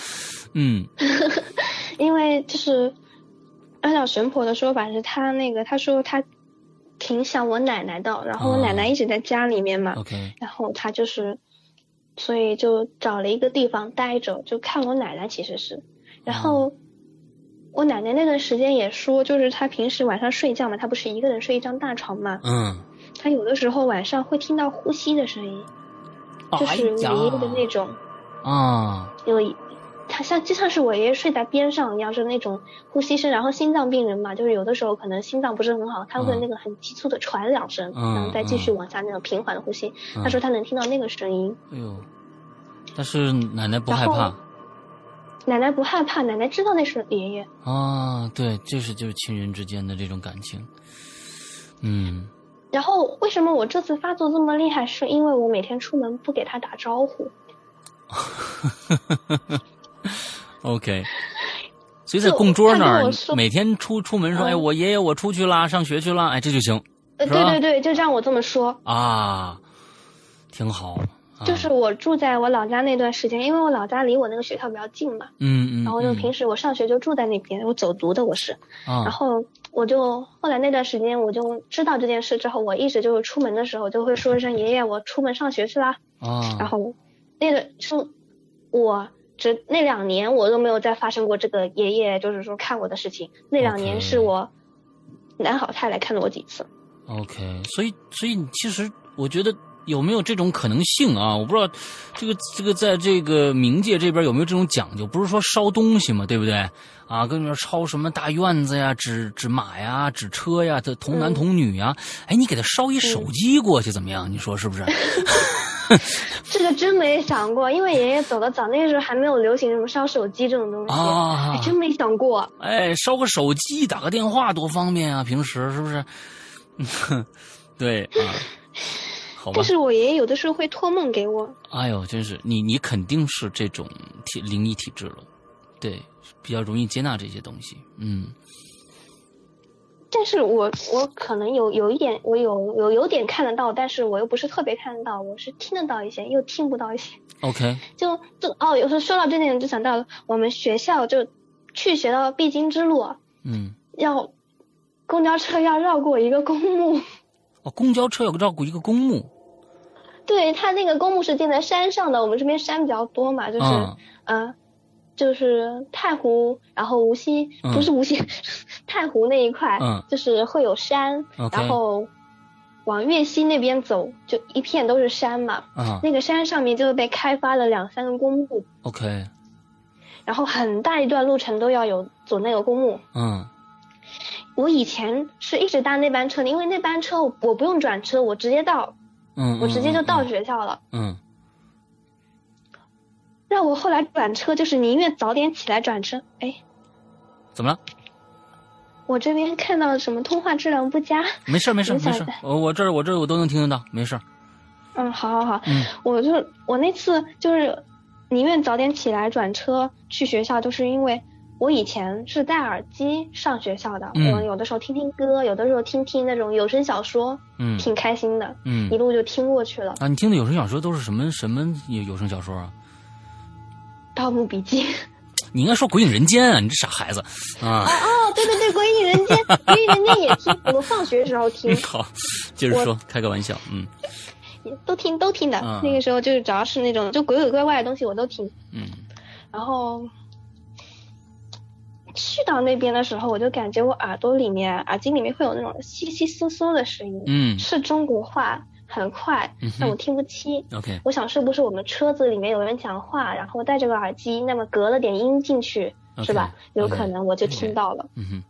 S1: 嗯
S2: 因为就是按照神婆的说法是，她那个她说她挺想我奶奶的，然后我
S1: 哦
S2: 奶奶一直在家里面嘛，
S1: ，OK，
S2: 然后她就是，所以就找了一个地方待着，就看我奶奶其实是，然后。
S1: 嗯
S2: 我奶奶那段时间也说，就是她平时晚上睡觉嘛，她不是一个人睡一张大床嘛，
S1: 嗯，
S2: 她有的时候晚上会听到呼吸的声音，就
S1: 哎
S2: 是爷
S1: 呀，
S2: 爷的那种，
S1: 啊，
S2: 有，他像就像是我爷爷睡在边上一样，就是那种呼吸声。然后心脏病人嘛，就是有的时候可能心脏不是很好，他会
S1: 嗯
S2: 那个很急促的喘两声，
S1: 嗯
S2: 然后再继续
S1: 嗯
S2: 往下那种平缓的呼吸。
S1: 嗯
S2: 他说他能听到那个声音，
S1: 哎呦，但是奶奶不害
S2: 然
S1: 怕
S2: 后奶奶不害怕，奶奶知道那是爷爷。
S1: 啊，对，就是就是亲人之间的这种感情，嗯
S2: 然后为什么我这次发作这么厉害？是因为我每天出门不给他打招呼。
S1: ，OK。所以在
S2: 就
S1: 供桌那
S2: 他跟
S1: 儿
S2: 我，说
S1: 每天出出门说：“
S2: 嗯
S1: 哎，我爷爷我出去啦，上学去啦。”哎，这就行
S2: 呃，
S1: 是
S2: 对
S1: 吧
S2: 对对，就让我这么说。
S1: 啊，挺好。啊、
S2: 就是我住在我老家那段时间，因为我老家离我那个学校比较近嘛，
S1: 嗯嗯，
S2: 然后就
S1: 嗯
S2: 平时我上学就住在那边，我走读的我是。
S1: 啊，
S2: 然后我就后来那段时间，我就知道这件事之后，我一直就是出门的时候就会说一声“爷爷，我出门上学去啦”。
S1: 啊，
S2: 然后那个是我只那两年我都没有再发生过这个爷爷就是说看我的事情。那两
S1: OK
S2: 年是我南好太来看了我几次。
S1: OK，所以所以其实我觉得有没有这种可能性啊？我不知道这个这个在这个冥界这边有没有这种讲究？不是说烧东西嘛，对不对？啊，跟你说烧什么大院子呀、纸纸马呀、纸车呀，这童男
S2: 嗯
S1: 童女呀，哎，你给他烧一手机过去怎么样？你说是不是？
S2: 这个真没想过，因为爷爷走的早，那个时候还没有流行什么烧手机这种东西，
S1: 啊
S2: 还，哎真没想过。
S1: 哎，烧个手机，打个电话多方便啊！平时是不是？ 对啊，好吧。
S2: 但是我爷爷有的时候会托梦给我，
S1: 哎呦，真是你，你肯定是这种体灵异体质了，对，比较容易接纳这些东西。嗯
S2: 但是我我可能有有一点，我有有有点看得到，但是我又不是特别看得到，我是听得到一些，又听不到一些。
S1: ，OK，
S2: 就就哦，有时候说到这点，就想到了我们学校就去学校必经之路，
S1: 嗯，
S2: 要公交车要绕过一个公墓，
S1: 哦，公交车有个照顾一个公墓，
S2: 对，它那个公墓是建在山上的，我们这边山比较多嘛，就是
S1: 啊
S2: 嗯、呃就是太湖，然后无锡
S1: 嗯
S2: 不是无锡， 太湖那一块，
S1: 嗯
S2: 就是会有山
S1: OK
S2: 然后往粤西那边走，就一片都是山嘛。
S1: 啊
S2: 那个山上面就被开发了两三个公墓，
S1: ，OK，
S2: 然后很大一段路程都要有走那个公墓。
S1: 嗯
S2: 我以前是一直搭那班车的，因为那班车我我不用转车，我直接到，
S1: 嗯，
S2: 我直接就到
S1: 嗯，
S2: 学校了。
S1: 嗯
S2: 让我后来转车，就是宁愿早点起来转车。哎，
S1: 嗯，怎么了？
S2: 我这边看到什么通话质量不佳，
S1: 没事儿没事儿
S2: 我想
S1: 没事儿
S2: 一下，
S1: 我我这儿我这儿我都能听得到，没事儿，
S2: 嗯，好好好，
S1: 嗯
S2: 我就我那次就是宁愿早点起来转车去学校，就是因为我以前是戴耳机上学校的，
S1: 嗯
S2: 我有的时候听听歌，有的时候听听那种有声小说，
S1: 嗯
S2: 挺开心的，
S1: 嗯
S2: 一路就听过去了，
S1: 啊，你听的有声小说都是什么什么有有声小说啊？
S2: 《盗墓笔记》。
S1: 你应该说《鬼影人间》啊！你这傻孩子啊！
S2: 哦，对对对，《鬼影人间》 《鬼影人间》也听，我们放学时候听
S1: 嗯，，好，接着说，开个玩笑，嗯
S2: 也都听都听的。
S1: 嗯
S2: 那个时候就是只要是那种就鬼鬼怪怪的东西我都听。
S1: 嗯
S2: 然后去到那边的时候，我就感觉我耳朵里面、耳机里面会有那种窸窸窣窣的声音，
S1: 嗯
S2: 是中国话，很快
S1: 嗯哼，
S2: 但我听不清。
S1: ，OK，
S2: 我想是不是我们车子里面有人讲话，然后我戴着个耳机，那么隔了点音进去
S1: OK，
S2: 是吧？有可
S1: OK，
S2: 能我就
S1: OK
S2: 听到了。
S1: 嗯哼，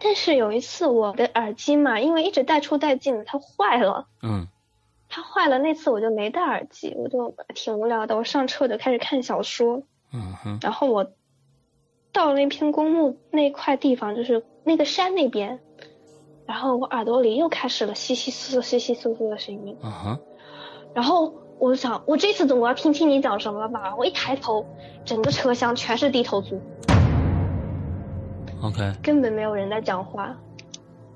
S2: 但是有一次我的耳机嘛，因为一直戴出戴进，它坏了。
S1: 嗯
S2: 它坏了，那次我就没戴耳机，我就挺无聊的。我上车我就开始看小说，
S1: 嗯哼，
S2: 然后我到了那片公墓那块地方，就是那个山那边，然后我耳朵里又开始了窸窸窣窣、窸窸窣窣的声音。
S1: 啊哈，
S2: 然后我就想，我这次总要听清你讲什么了吧？我一抬头，整个车厢全是低头族，
S1: ，OK，
S2: 根本没有人在讲话。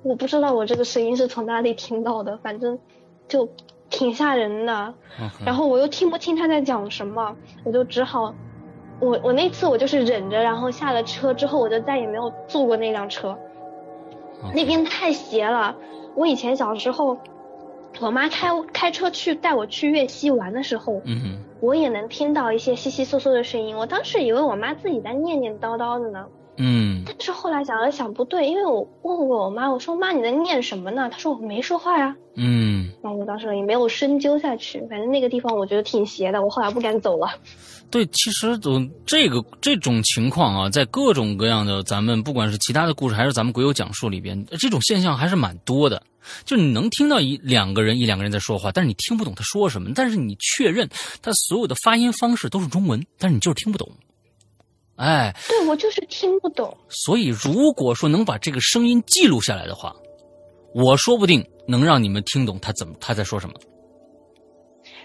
S2: 我不知道我这个声音是从哪里听到的，反正就挺吓人的。
S1: OK，
S2: 然后我又听不清他在讲什么，我就只好，我我那次我就是忍着，然后下了车之后，我就再也没有坐过那辆车，那边太邪了。我以前小时候，我妈开开车去带我去粤西玩的时候，
S1: 嗯哼，
S2: 我也能听到一些窸窸窣窣的声音。我当时以为我妈自己在念念叨叨的呢，
S1: 嗯
S2: 但是后来想了想不对，因为我问过我妈，我说妈你在念什么呢？她说我没说话呀、
S1: 嗯，
S2: 然后我当时也没有深究下去，反正那个地方我觉得挺邪的，我后来不敢走了。
S1: 对，其实总这个这种情况啊，在各种各样的咱们不管是其他的故事，还是咱们鬼友讲述里边，这种现象还是蛮多的。就你能听到一两个人一两个人在说话，但是你听不懂他说什么，但是你确认他所有的发音方式都是中文，但是你就是听不懂。哎，
S2: 对我就是听不懂，
S1: 所以，如果说能把这个声音记录下来的话，我说不定能让你们听懂他怎么他在说什么。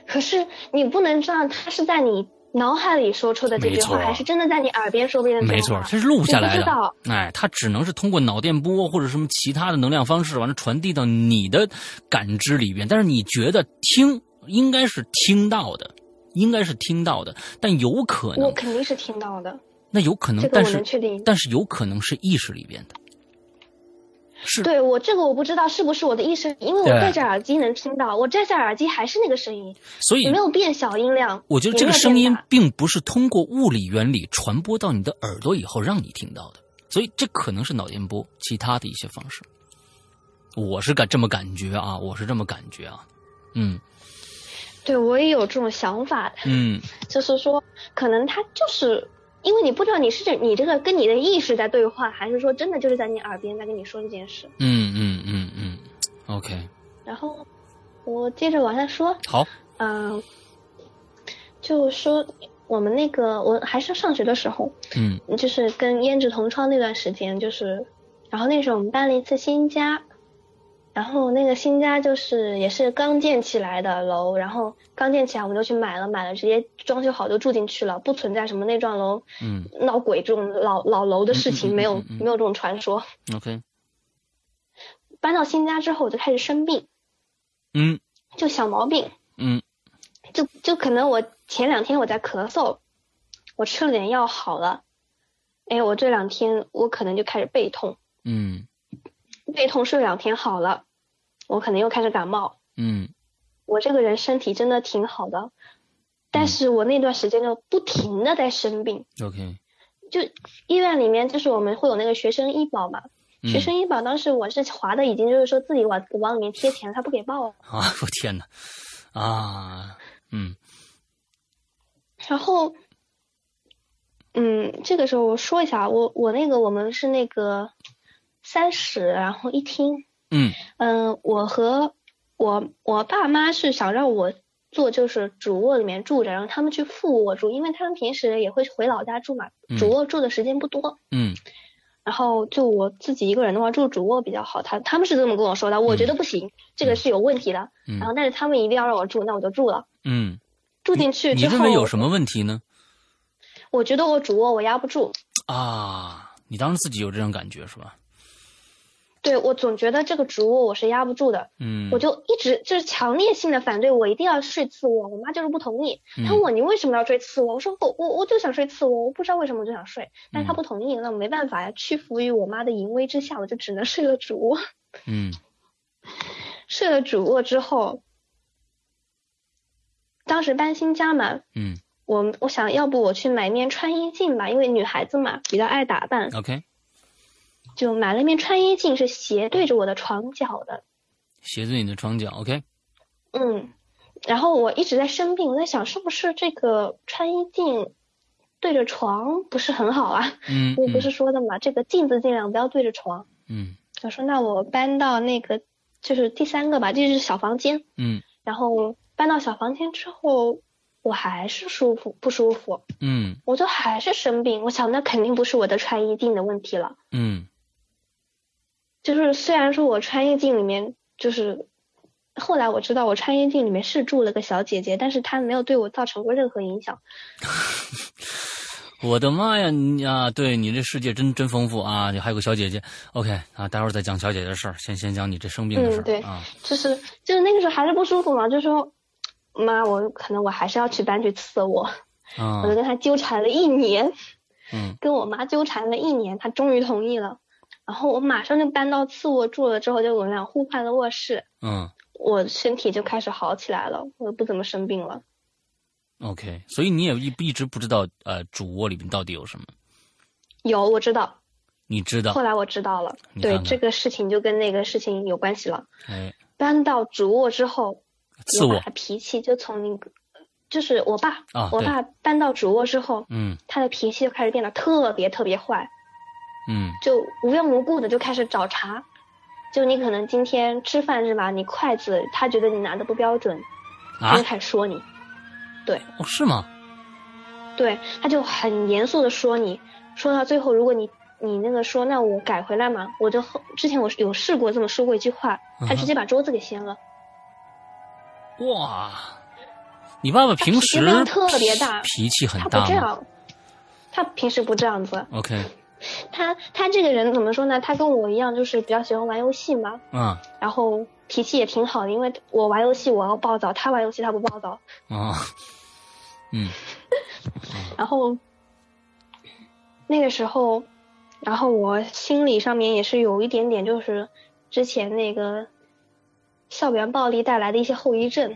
S2: 可是你不能知道他是在你脑海里说出的这句
S1: 没错
S2: 话，还是真的在你耳边说别人的
S1: 没
S2: 这句
S1: 错
S2: 话。，
S1: 这是录下来
S2: 我不知道
S1: 的。哎，它只能是通过脑电波或者什么其他的能量方式，完了传递到你的感知里边。但是你觉得听应该是听到的，应该是听到的，但有可
S2: 我
S1: 能
S2: 肯定是听到的，
S1: 那有可能
S2: 这，个
S1: 嗯但
S2: 我
S1: 是
S2: 能确定。
S1: 但是有可能是意识里边的。是
S2: 对我这个我不知道是不是我的意识，因为我
S1: 对
S2: 戴着耳机能听到，我摘下耳机还是那个声音，
S1: 所以
S2: 也没有变小音量。
S1: 我觉得
S2: 也
S1: 这个
S2: 没有
S1: 声
S2: 变
S1: 音
S2: 大
S1: 并不是通过物理原理传播到你的耳朵以后让你听到的，所以这可能是脑电波其他的一些方式。我是感这么感觉啊，我是这么感觉啊，嗯
S2: 对我也有这种想法，
S1: 嗯
S2: 就是说，可能他就是因为你不知道你是这你这个跟你的意识在对话，还是说真的就是在你耳边在跟你说这件事。
S1: 嗯嗯嗯嗯，OK，
S2: 然后我接着往下说，
S1: 好，
S2: 嗯、就说我们那个我还是上学的时候，
S1: 嗯
S2: 就是跟胭脂同窗那段时间，就是，然后那时候我们搬了一次新家，然后那个新家就是也是刚建起来的楼，然后刚建起来我们就去买了，买了直接装修好就住进去了，不存在什么内幢楼
S1: 嗯
S2: 闹鬼这种老老楼的事
S1: 嗯嗯嗯
S2: 情，没有
S1: 嗯嗯
S2: 没有这种传说。
S1: ，OK，
S2: 搬到新家之后我就开始生病，
S1: 嗯
S2: 就小毛病，
S1: 嗯
S2: 就就可能我前两天我在咳嗽，我吃了点药好了，哎，我这两天我可能就开始背痛。
S1: 嗯
S2: 背痛睡两天好了，我可能又开始感冒。
S1: 嗯
S2: 我这个人身体真的挺好的，但是我那段时间就不停的在生病。
S1: ，OK，
S2: 就医院里面，就是我们会有那个学生医保嘛，
S1: 嗯
S2: 学生医保当时我是划的，已经就是说自己往往里面贴钱，他不给报。
S1: 啊，我天哪，啊，嗯
S2: 然后，嗯，这个时候我说一下，我我那个我们是那个三室，然后一厅，
S1: 嗯
S2: 嗯，我和我我爸妈是想让我做就是主卧里面住着，让他们去副卧住，因为他们平时也会回老家住嘛
S1: 嗯，
S2: 主卧住的时间不多。
S1: 嗯
S2: 然后就我自己一个人的话，住主卧比较好。他他们是这么跟我说的，我觉得不行，这个是有问题的。
S1: 嗯
S2: 然后但是他们一定要让我住，那我就住了。
S1: 嗯，
S2: 住进去
S1: 你
S2: 之
S1: 认为有
S2: 后，
S1: 什么问题呢？
S2: 我觉得我主卧我压不住，
S1: 啊，你当时自己有这种感觉是吧？
S2: 对我总觉得这个主卧我是压不住的，
S1: 嗯，
S2: 我就一直就是强烈性的反对，我一定要睡次卧。我妈就是不同意，
S1: 嗯
S2: 她问我你为什么要睡次卧？我说我我我就想睡次卧，我不知道为什么我就想睡，但是她
S1: 嗯
S2: 不同意，那我没办法呀，屈服于我妈的淫威之下，我就只能睡了主卧。
S1: 嗯
S2: 睡了主卧之后，当时搬新家嘛，
S1: 嗯
S2: 我我想要不我去买面穿衣镜吧，因为女孩子嘛比较爱打扮，
S1: ，OK，
S2: 就买了面穿衣镜，是斜对着我的床脚的，
S1: 斜对你的床角，OK，
S2: 嗯，然后我一直在生病，我在想是不是这个穿衣镜对着床不是很好啊？
S1: 嗯，
S2: 我不
S1: 嗯
S2: 是说的嘛，这个镜子尽量不要对着床。
S1: 嗯
S2: 我说那我搬到那个就是第三个吧，这就是小房间。
S1: 嗯
S2: 然后搬到小房间之后，我还是舒服不舒服，
S1: 嗯
S2: 我就还是生病。我想那肯定不是我的穿衣镜的问题了，
S1: 嗯
S2: 就是虽然说我穿衣镜里面就是。后来我知道，我穿衣镜里面是住了个小姐姐，但是她没有对我造成过任何影响。
S1: 我的妈呀！你啊，对你这世界真真丰富啊！你还有个小姐姐，OK 啊，待会儿再讲小姐姐的事儿，先先讲你这生病的事儿、
S2: 嗯对
S1: 啊。
S2: 就是就是那个时候还是不舒服嘛，就说妈，我可能我还是要去搬去次卧，
S1: 啊
S2: 我就跟他纠缠了一年，
S1: 嗯
S2: 跟我妈纠缠了一年，她终于同意了。然后我马上就搬到次卧住了，之后就我们俩互换了卧室，
S1: 嗯
S2: 我身体就开始好起来了，我不怎么生病了。
S1: ，OK，所以你也一一直不知道呃主卧里面到底有什么，
S2: 有我知道，
S1: 你知道
S2: 后？来我知道了，
S1: 你看
S2: 对
S1: 看
S2: 这个事情就跟那个事情有关系了。
S1: 哎，
S2: 搬到主卧之后，
S1: 次卧
S2: 我爸脾气就从那个，就是我爸，
S1: 啊，
S2: 我
S1: 对，
S2: 爸搬到主卧之后，
S1: 嗯
S2: 他的脾气就开始变得特别特别坏，
S1: 嗯
S2: 就无缘无故的就开始找茬。就你可能今天吃饭是吧？你筷子他觉得你拿的不标准，
S1: 啊
S2: 他就，开始说你，
S1: 哦是吗？
S2: 对，他就很严肃的说你，说到最后，如果你你那个说那我改回来嘛，我就后之前我是有试过这么说过一句话，
S1: 嗯哼
S2: 他直接把桌子给掀了，
S1: 哇，你爸爸平时
S2: 他脾气量特别大
S1: 脾气很
S2: 他不
S1: 大
S2: 这
S1: 吗
S2: 样，他平时不这样子，
S1: ？OK，
S2: 他他这个人怎么说呢？他跟我一样，就是比较喜欢玩游戏嘛，
S1: 啊
S2: 然后脾气也挺好的，因为我玩游戏我要暴躁，他玩游戏他不暴躁，
S1: 啊，嗯
S2: 然后那个时候，然后我心理上面也是有一点点就是之前那个校园暴力带来的一些后遗症，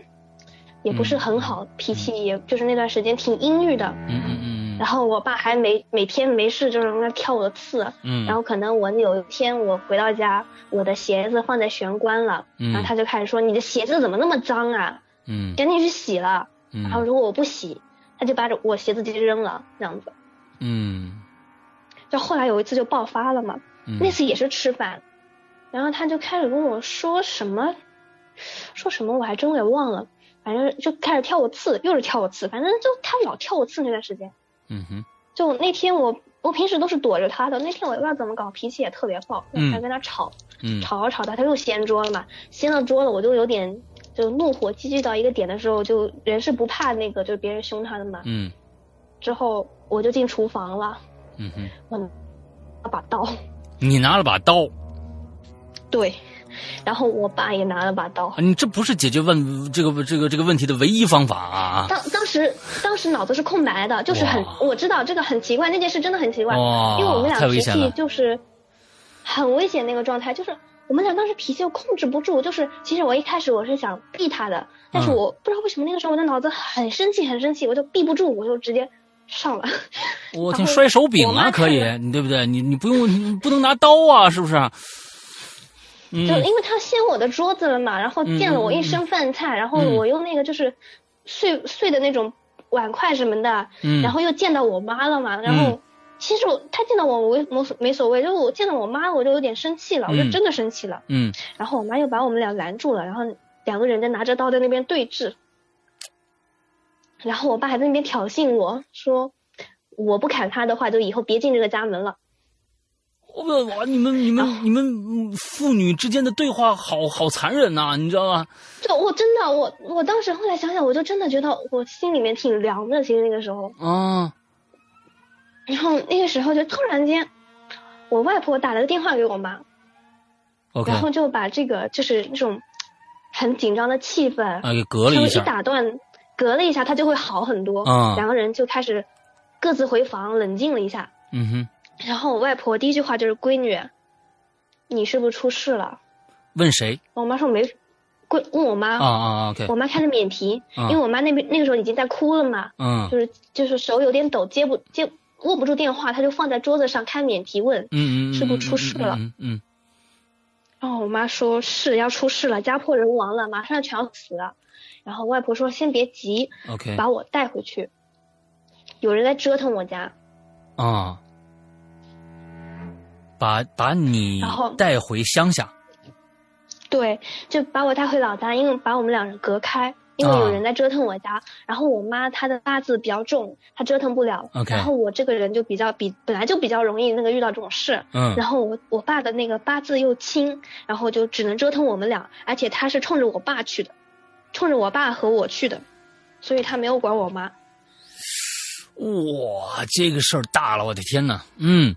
S2: 也不是很好，脾气也就是那段时间挺阴郁的。
S1: 嗯嗯嗯
S2: 然后我爸还每每天没事就是那挑我的刺，
S1: 嗯，
S2: 然后可能我有一天我回到家，我的鞋子放在玄关了，
S1: 嗯
S2: 然后他就开始说你的鞋子怎么那么脏啊，
S1: 嗯
S2: 赶紧去洗了。
S1: 嗯
S2: 然后如果我不洗，他就把我鞋子直接扔了，那样子。
S1: 嗯
S2: 就后来有一次就爆发了嘛，
S1: 嗯
S2: 那次也是吃饭，然后他就开始跟我说什么，说什么我还真给忘了，反正就开始挑我刺，又是挑我刺，反正就他老挑我刺那段时间。
S1: 嗯哼
S2: 就那天我我平时都是躲着他的，那天我也不知道怎么搞，脾气也特别暴，
S1: 嗯
S2: 还跟他吵，
S1: 嗯
S2: 吵着吵着他又掀桌了嘛，掀了桌了我就有点就怒火积聚到一个点的时候，就人是不怕那个就是别人凶他的嘛。
S1: 嗯
S2: 之后我就进厨房了，
S1: 嗯哼，
S2: 我拿把刀，
S1: 你拿了把刀，
S2: 对，然后我爸也拿了把刀
S1: 啊。你这不是解决问这个这个这个问题的唯一方法啊！
S2: 当当时当时脑子是空白的，就是很
S1: 哇
S2: 我知道这个很奇怪，那件事真的很奇怪，
S1: 哇
S2: 因为我们
S1: 哦太
S2: 俩
S1: 危
S2: 脾
S1: 险了
S2: 气就是很危险那个状态，就是我们俩当时脾气又控制不住，就是其实我一开始我是想避他的，但是
S1: 嗯
S2: 我不知道为什么那个时候我的脑子很生气很生气，我就避不住，我就直接上了。
S1: 我
S2: 然
S1: 天，
S2: 后
S1: 摔手柄
S2: 我
S1: 啊，
S2: 妈
S1: 可
S2: 看
S1: 以，你对不对？你你不用，你不能拿刀啊，是不是？嗯
S2: 就因为他掀我的桌子了嘛，然后溅了我一身饭菜，然后
S1: 嗯
S2: 我用那个就是碎碎的那种碗筷什么的，
S1: 嗯，
S2: 然后又见到我妈了嘛，然后
S1: 嗯
S2: 其实我他见到我我也没没所谓，就是我见到我妈我就有点生气了，我就
S1: 嗯
S2: 真的生气了，
S1: 嗯
S2: 然后我妈又把我们俩拦住了，然后两个人在拿着刀在那边对峙，然后我爸还在那边挑衅我说。我不砍他的话，就以后别进这个家门了。
S1: 我个哇，你们你们你们父女之间的对话好好残忍呐、你知道吗？
S2: 就我真的我我当时后来想想，我就真的觉得我心里面挺凉的。其实那个时候，
S1: 啊，
S2: 然后那个时候就突然间，我外婆打了个电话给我妈，
S1: ，OK，
S2: 然后就把这个就是那种很紧张的气氛，
S1: 啊，给隔了
S2: 稍微
S1: 一
S2: 一
S1: 下，
S2: 打断，隔了一下，她就会好很多。
S1: 啊
S2: 两个人就开始各自回房冷静了一下，
S1: 嗯哼，
S2: 然后我外婆第一句话就是：“闺女，你是不是出事了
S1: 问谁？”
S2: 我妈说没，闺问我妈，
S1: 啊啊啊，OK，
S2: 我妈开了免提，
S1: 啊
S2: 因为我妈那边那个时候已经在哭了嘛，
S1: 嗯
S2: 就是就是手有点抖，接不接握不住电话，她就放在桌子上开免提问
S1: 嗯。嗯，嗯
S2: 是不是出事了
S1: 嗯嗯
S2: 然后哦我妈说是要出事了，家破人亡了，马上全要死了。然后外婆说先别急，
S1: 嗯，OK，
S2: 把我带回去，有人在折腾我家。
S1: 啊，把把你
S2: 然后
S1: 带回乡下，
S2: 对，就把我带回老家，因为把我们两人隔开，因为
S1: 啊
S2: 有人在折腾我家。然后我妈她的八字比较重，她折腾不了。
S1: OK
S2: 然后我这个人就比较比本来就比较容易那个遇到这种事。
S1: 嗯
S2: 然后我我爸的那个八字又轻，然后就只能折腾我们俩，而且他是冲着我爸去的，冲着我爸和我去的，所以他没有管我妈。
S1: 哇，这个事儿大了，我的天呐！嗯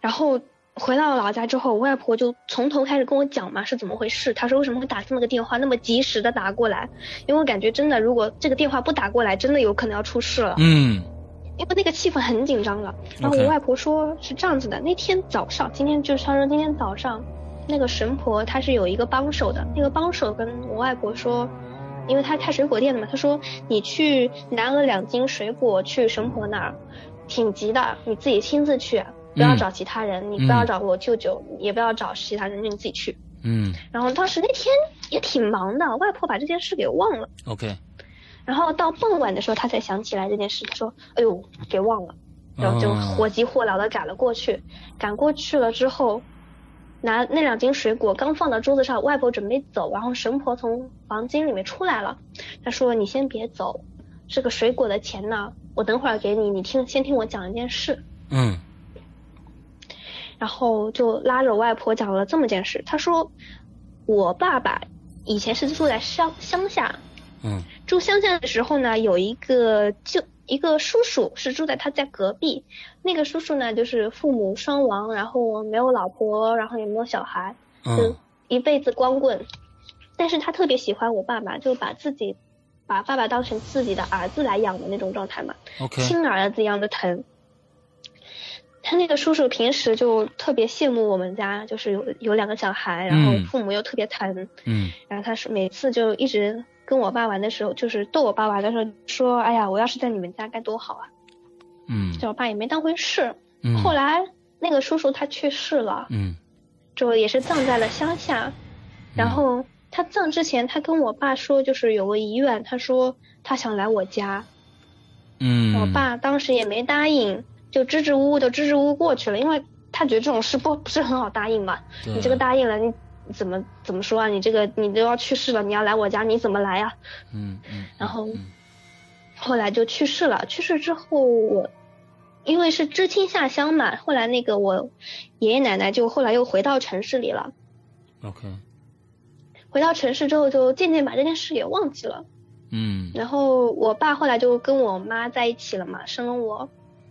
S2: 然后回到老家之后，我外婆就从头开始跟我讲嘛是怎么回事。她说为什么会打这么个电话，那么及时的打过来？因为我感觉真的，如果这个电话不打过来，真的有可能要出事了，
S1: 嗯
S2: 因为那个气氛很紧张了。然后
S1: OK
S2: 我外婆说是这样子的，那天早上，今天就是她说今天早上，那个神婆她是有一个帮手的，那个帮手跟我外婆说。因为她开水果店的嘛，她说你去拿了两斤水果去神婆那儿，挺急的，你自己亲自去，不要
S1: 嗯
S2: 找其他人，你不要
S1: 嗯
S2: 找我舅舅，也不要找其他人，你自己去。
S1: 嗯
S2: 然后当时那天也挺忙的，外婆把这件事给忘了。
S1: ，OK，
S2: 然后到傍晚的时候，她才想起来这件事，她说：“哎呦，给忘了。”然后就
S1: 哦
S2: 火急火燎的赶了过去。赶过去了之后，拿那两斤水果刚放到桌子上，外婆准备走，然后神婆从房间里面出来了，她说：“你先别走，这个水果的钱呢，我等会儿给你，你听先听我讲一件事。”
S1: 嗯
S2: 然后就拉着我外婆讲了这么件事。她说，我爸爸以前是住在乡乡下，
S1: 嗯
S2: 住乡下的时候呢，有一个舅，一个叔叔是住在他家隔壁。那个叔叔呢，就是父母双亡，然后没有老婆，然后也没有小孩，就
S1: 嗯
S2: 一辈子光棍。但是他特别喜欢我爸爸，就把自己，把爸爸当成自己的儿子来养的那种状态嘛。
S1: ，OK，
S2: 亲儿子一样的疼。他那个叔叔平时就特别羡慕我们家，就是有有两个小孩，然后
S1: 嗯
S2: 父母又特别疼，
S1: 嗯
S2: 然后他是每次就一直跟我爸玩的时候，就是逗我爸玩的时候说：“哎呀，我要是在你们家该多好啊
S1: 嗯！”
S2: 就我爸也没当回事。
S1: 嗯，
S2: 后来那个叔叔他去世了，
S1: 嗯
S2: 就也是葬在了乡下。然后他葬之前，他跟我爸说，就是有个遗愿，他说他想来我家，
S1: 嗯，
S2: 我爸当时也没答应，就支支吾吾的支支吾吾过去了，因为他觉得这种事不不是很好答应嘛。
S1: 对，
S2: 你这个答应了，你怎么怎么说啊？你这个你都要去世了，你要来我家，你怎么来啊呀、
S1: 嗯嗯，
S2: 然后
S1: 嗯
S2: 后来就去世了。去世之后我。因为是知青下乡嘛，后来那个我爷爷奶奶就后来又回到城市里了。
S1: OK，
S2: 回到城市之后，就渐渐把这件事也忘记了。
S1: 嗯
S2: 然后我爸后来就跟我妈在一起了嘛，生了我，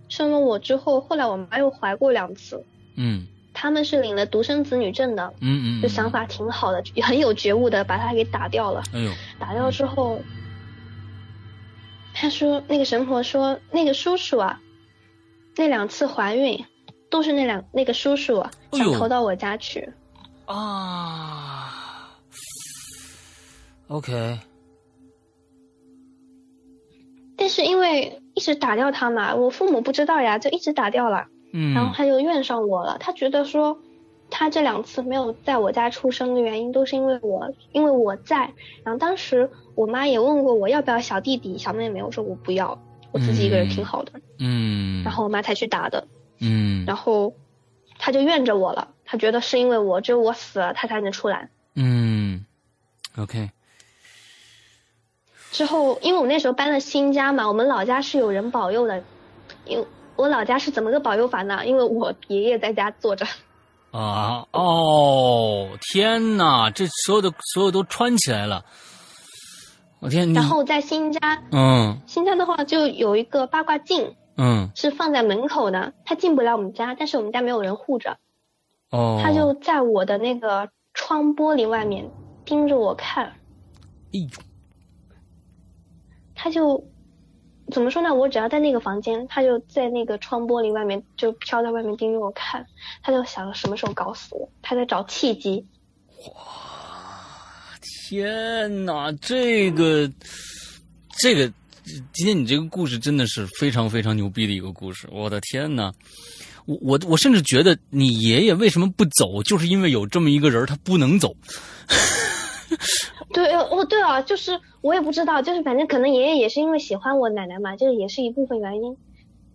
S2: 生了我之后，后来我妈又怀过两次，
S1: 嗯
S2: 他们是领了独生子女证的，
S1: 嗯嗯，
S2: 就想法挺好的，也很有觉悟的，把他给打掉了。
S1: 嗯，哎呦，
S2: 打掉之后，他说那个神婆说那个叔叔啊，那两次怀孕都是那两那个叔叔啊
S1: 哎
S2: 想
S1: 呦
S2: 投到我家去，
S1: 啊，OK，
S2: 但是因为一直打掉他嘛，我父母不知道呀，就一直打掉了。
S1: 嗯，
S2: 然后他就怨上我了，他觉得说，他这两次没有在我家出生的原因都是因为我，因为我在。然后当时我妈也问过我要不要小弟弟、小妹妹，我说我不要，我自己一个人挺好的。
S1: 嗯，
S2: 然后我妈才去打的，
S1: 嗯
S2: 然后他就怨着我了，他觉得是因为我，只有我死了他才能出来。
S1: 嗯，OK，
S2: 之后，因为我那时候搬了新家嘛，我们老家是有人保佑的，因我老家是怎么个保佑法呢？因为我爷爷在家坐着。
S1: 啊哦，天哪！这所有的所有都穿起来了，我、天！你
S2: 然后在新家，
S1: 嗯
S2: 新家的话就有一个八卦镜
S1: 嗯
S2: 是放在门口的，他进不来我们家，但是我们家没有人护着，
S1: 哦，
S2: 他就在我的那个窗玻璃外面盯着我看，
S1: 哎呦
S2: 他就怎么说呢？我只要在那个房间，他就在那个窗玻璃外面就飘在外面盯着我看，他就想什么时候搞死我，他在找契机。
S1: 天哪，这个这个，今天你这个故事真的是非常非常牛逼的一个故事，我的天哪！我我我甚至觉得你爷爷为什么不走，就是因为有这么一个人儿他不能 走。
S2: 对，哦，对啊，就是我也不知道，就是反正可能爷爷也是因为喜欢我奶奶嘛，这个也是一部分原因。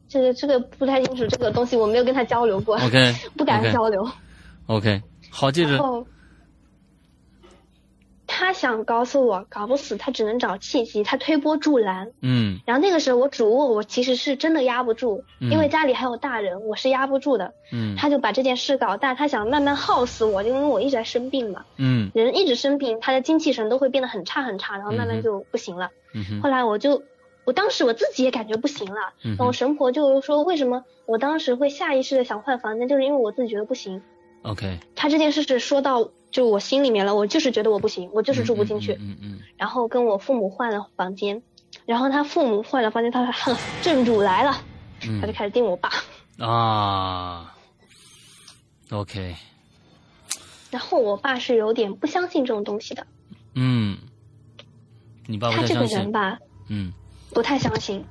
S2: 这个这个不太清楚，这个东西我没有跟他交流过
S1: OK
S2: 不敢
S1: OK
S2: 交流。
S1: OK，好，接
S2: 然
S1: 着
S2: 后他想搞死我，搞不死他只能找契机，他推波助澜。
S1: 嗯
S2: 然后那个时候我主卧我其实是真的压不住，
S1: 嗯
S2: 因为家里还有大人，我是压不住的。
S1: 嗯
S2: 他就把这件事搞大，他想慢慢耗死我，因为我一直在生病嘛，
S1: 嗯
S2: 人一直生病，他的精气神都会变得很差很差，然后
S1: 嗯
S2: 慢
S1: 哼
S2: 慢就不行了。
S1: 嗯哼
S2: 后来我就，我当时我自己也感觉不行了，
S1: 嗯
S2: 然后
S1: 哼
S2: 神婆就说为什么我当时会下意识的想换房间，就是因为我自己觉得不行。
S1: ，OK，嗯
S2: 他这件事是说到就我心里面了，我就是觉得我不行，我就是住不进去。
S1: 嗯嗯嗯
S2: 然后跟我父母换了房间，然后他父母换了房间，他说哼，正主来了，
S1: 嗯
S2: 他就开始盯我爸。
S1: 嗯啊，OK，
S2: 然后我爸是有点不相信这种东西的，
S1: 嗯，你爸爸
S2: 他
S1: 太
S2: 这个
S1: 相
S2: 人
S1: 信，
S2: 吧
S1: 嗯
S2: 不太相信，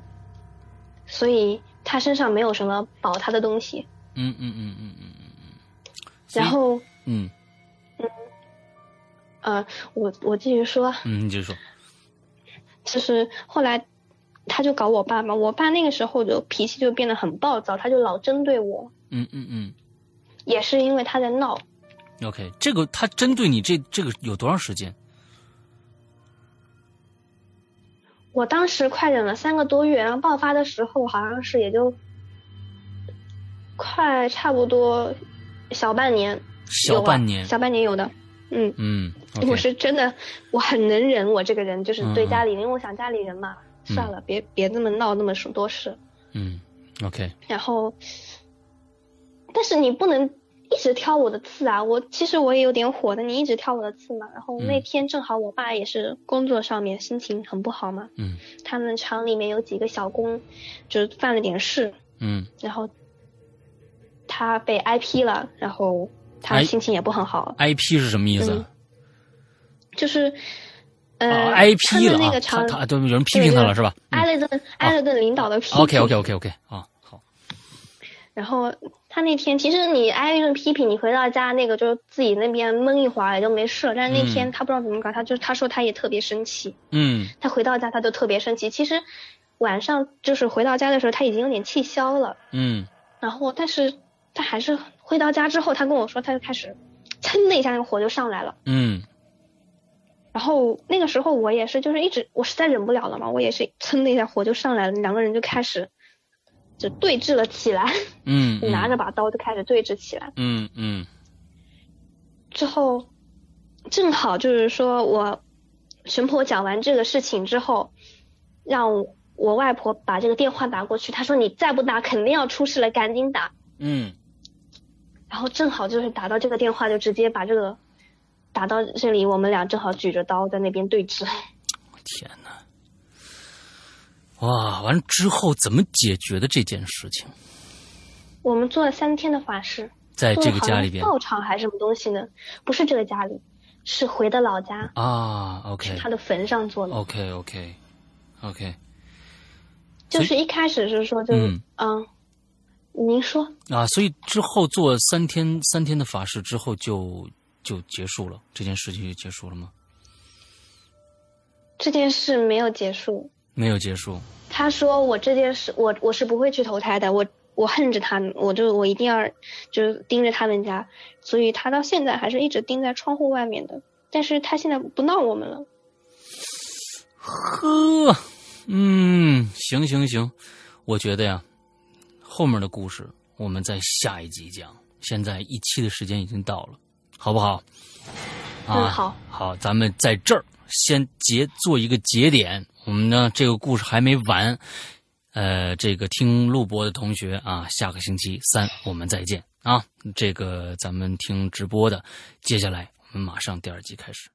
S2: 所以他身上没有什么保他的东西。
S1: 嗯嗯嗯嗯嗯嗯所以
S2: 然后
S1: 嗯
S2: 呃，我我继续说，
S1: 嗯，你就说，
S2: 就是后来他就搞我爸嘛，我爸那个时候就脾气就变得很暴躁，他就老针对我，
S1: 嗯嗯嗯
S2: 也是因为他在闹。
S1: ，OK，这个他针对你这这个有多长时间？
S2: 我当时快忍了三个多月，然后爆发的时候好像是也就快差不多小半年，
S1: 小半
S2: 有
S1: 年
S2: 啊，小半年有的，嗯。
S1: 嗯
S2: 我
S1: ，OK，
S2: 是真的，我很能忍，我这个人就是对
S1: 嗯嗯
S2: 家里人，因为我想家里人嘛，
S1: 嗯
S2: 算了，别别那么闹那么多事。
S1: 嗯，OK，
S2: 然后，但是你不能一直挑我的刺啊！我其实我也有点火的，你一直挑我的刺嘛。然后那
S1: 嗯
S2: 天正好我爸也是工作上面心情很不好嘛，
S1: 嗯
S2: 他们厂里面有几个小工就是犯了点事，
S1: 嗯
S2: 然后他被 IP 了，然后他
S1: 哎
S2: 心情也不很好，
S1: ，IP 是什么意思啊？
S2: 就是嗯呃、
S1: 啊
S2: 他
S1: ，IP
S2: 们
S1: 了
S2: 那
S1: 啊他
S2: 个，厂
S1: 他嗯哦对有人批评他了是吧
S2: 挨了顿挨了顿领导的批评。
S1: ？OK OK OK OK，啊，好，
S2: 然后他那天，其实你挨一顿批评，你回到家那个就是自己那边闷一会儿也就没事了。但是那天他不知道怎么搞，他就他说他也特别生气，
S1: 嗯
S2: 他回到家他就特别生气。其实晚上就是回到家的时候他已经有点气消了，
S1: 嗯
S2: 然后但是他还是回到家之后，他跟我说他就开始噌的一下那个火就上来了。
S1: 嗯
S2: 然后那个时候我也是，就是一直我实在忍不了了嘛，我也是噌的一下火就上来了，两个人就开始就对峙了起来，
S1: 嗯，嗯
S2: 拿着，把刀就开始对峙起来。
S1: 嗯嗯
S2: 之后，正好就是说我神婆讲完这个事情之后，让我外婆把这个电话打过去，她说你再不打肯定要出事了，赶紧打。
S1: 嗯
S2: 然后正好就是打到这个电话，就直接把这个打到这里，我们俩正好举着刀在那边对峙。
S1: 天哪！哇，完了之后怎么解决的这件事情？
S2: 我们做了三天的法事，
S1: 在
S2: 做
S1: 这
S2: 了
S1: 个
S2: 嗯好
S1: 家
S2: 像
S1: 里边
S2: 道场还是什么东西呢？不是这个家里，是回的老家，
S1: 啊，OK 哦
S2: 他的坟上做的。
S1: OK OK OK，
S2: 就
S1: 所
S2: 是一开始是说就是
S1: 嗯
S2: 嗯，您说。
S1: 啊，所以之后做三天三天的法事之后就就结束了，这件事情就结束了吗？
S2: 这件事没有结束。
S1: 没有结束。
S2: 他说我这件事，我我是不会去投胎的，我我恨着他们，我就我一定要就是盯着他们家，所以他到现在还是一直盯在窗户外面的。但是他现在不闹我们了，
S1: 呃呵，嗯，行行行，我觉得呀，后面的故事我们在下一集讲。现在一期的时间已经到了，好不好？啊，
S2: 嗯好，
S1: 好，咱们在这儿先结做一个节点。我们呢，这个故事还没完，呃，这个听录播的同学啊，下个星期三我们再见啊。这个咱们听直播的，接下来我们马上第二集开始。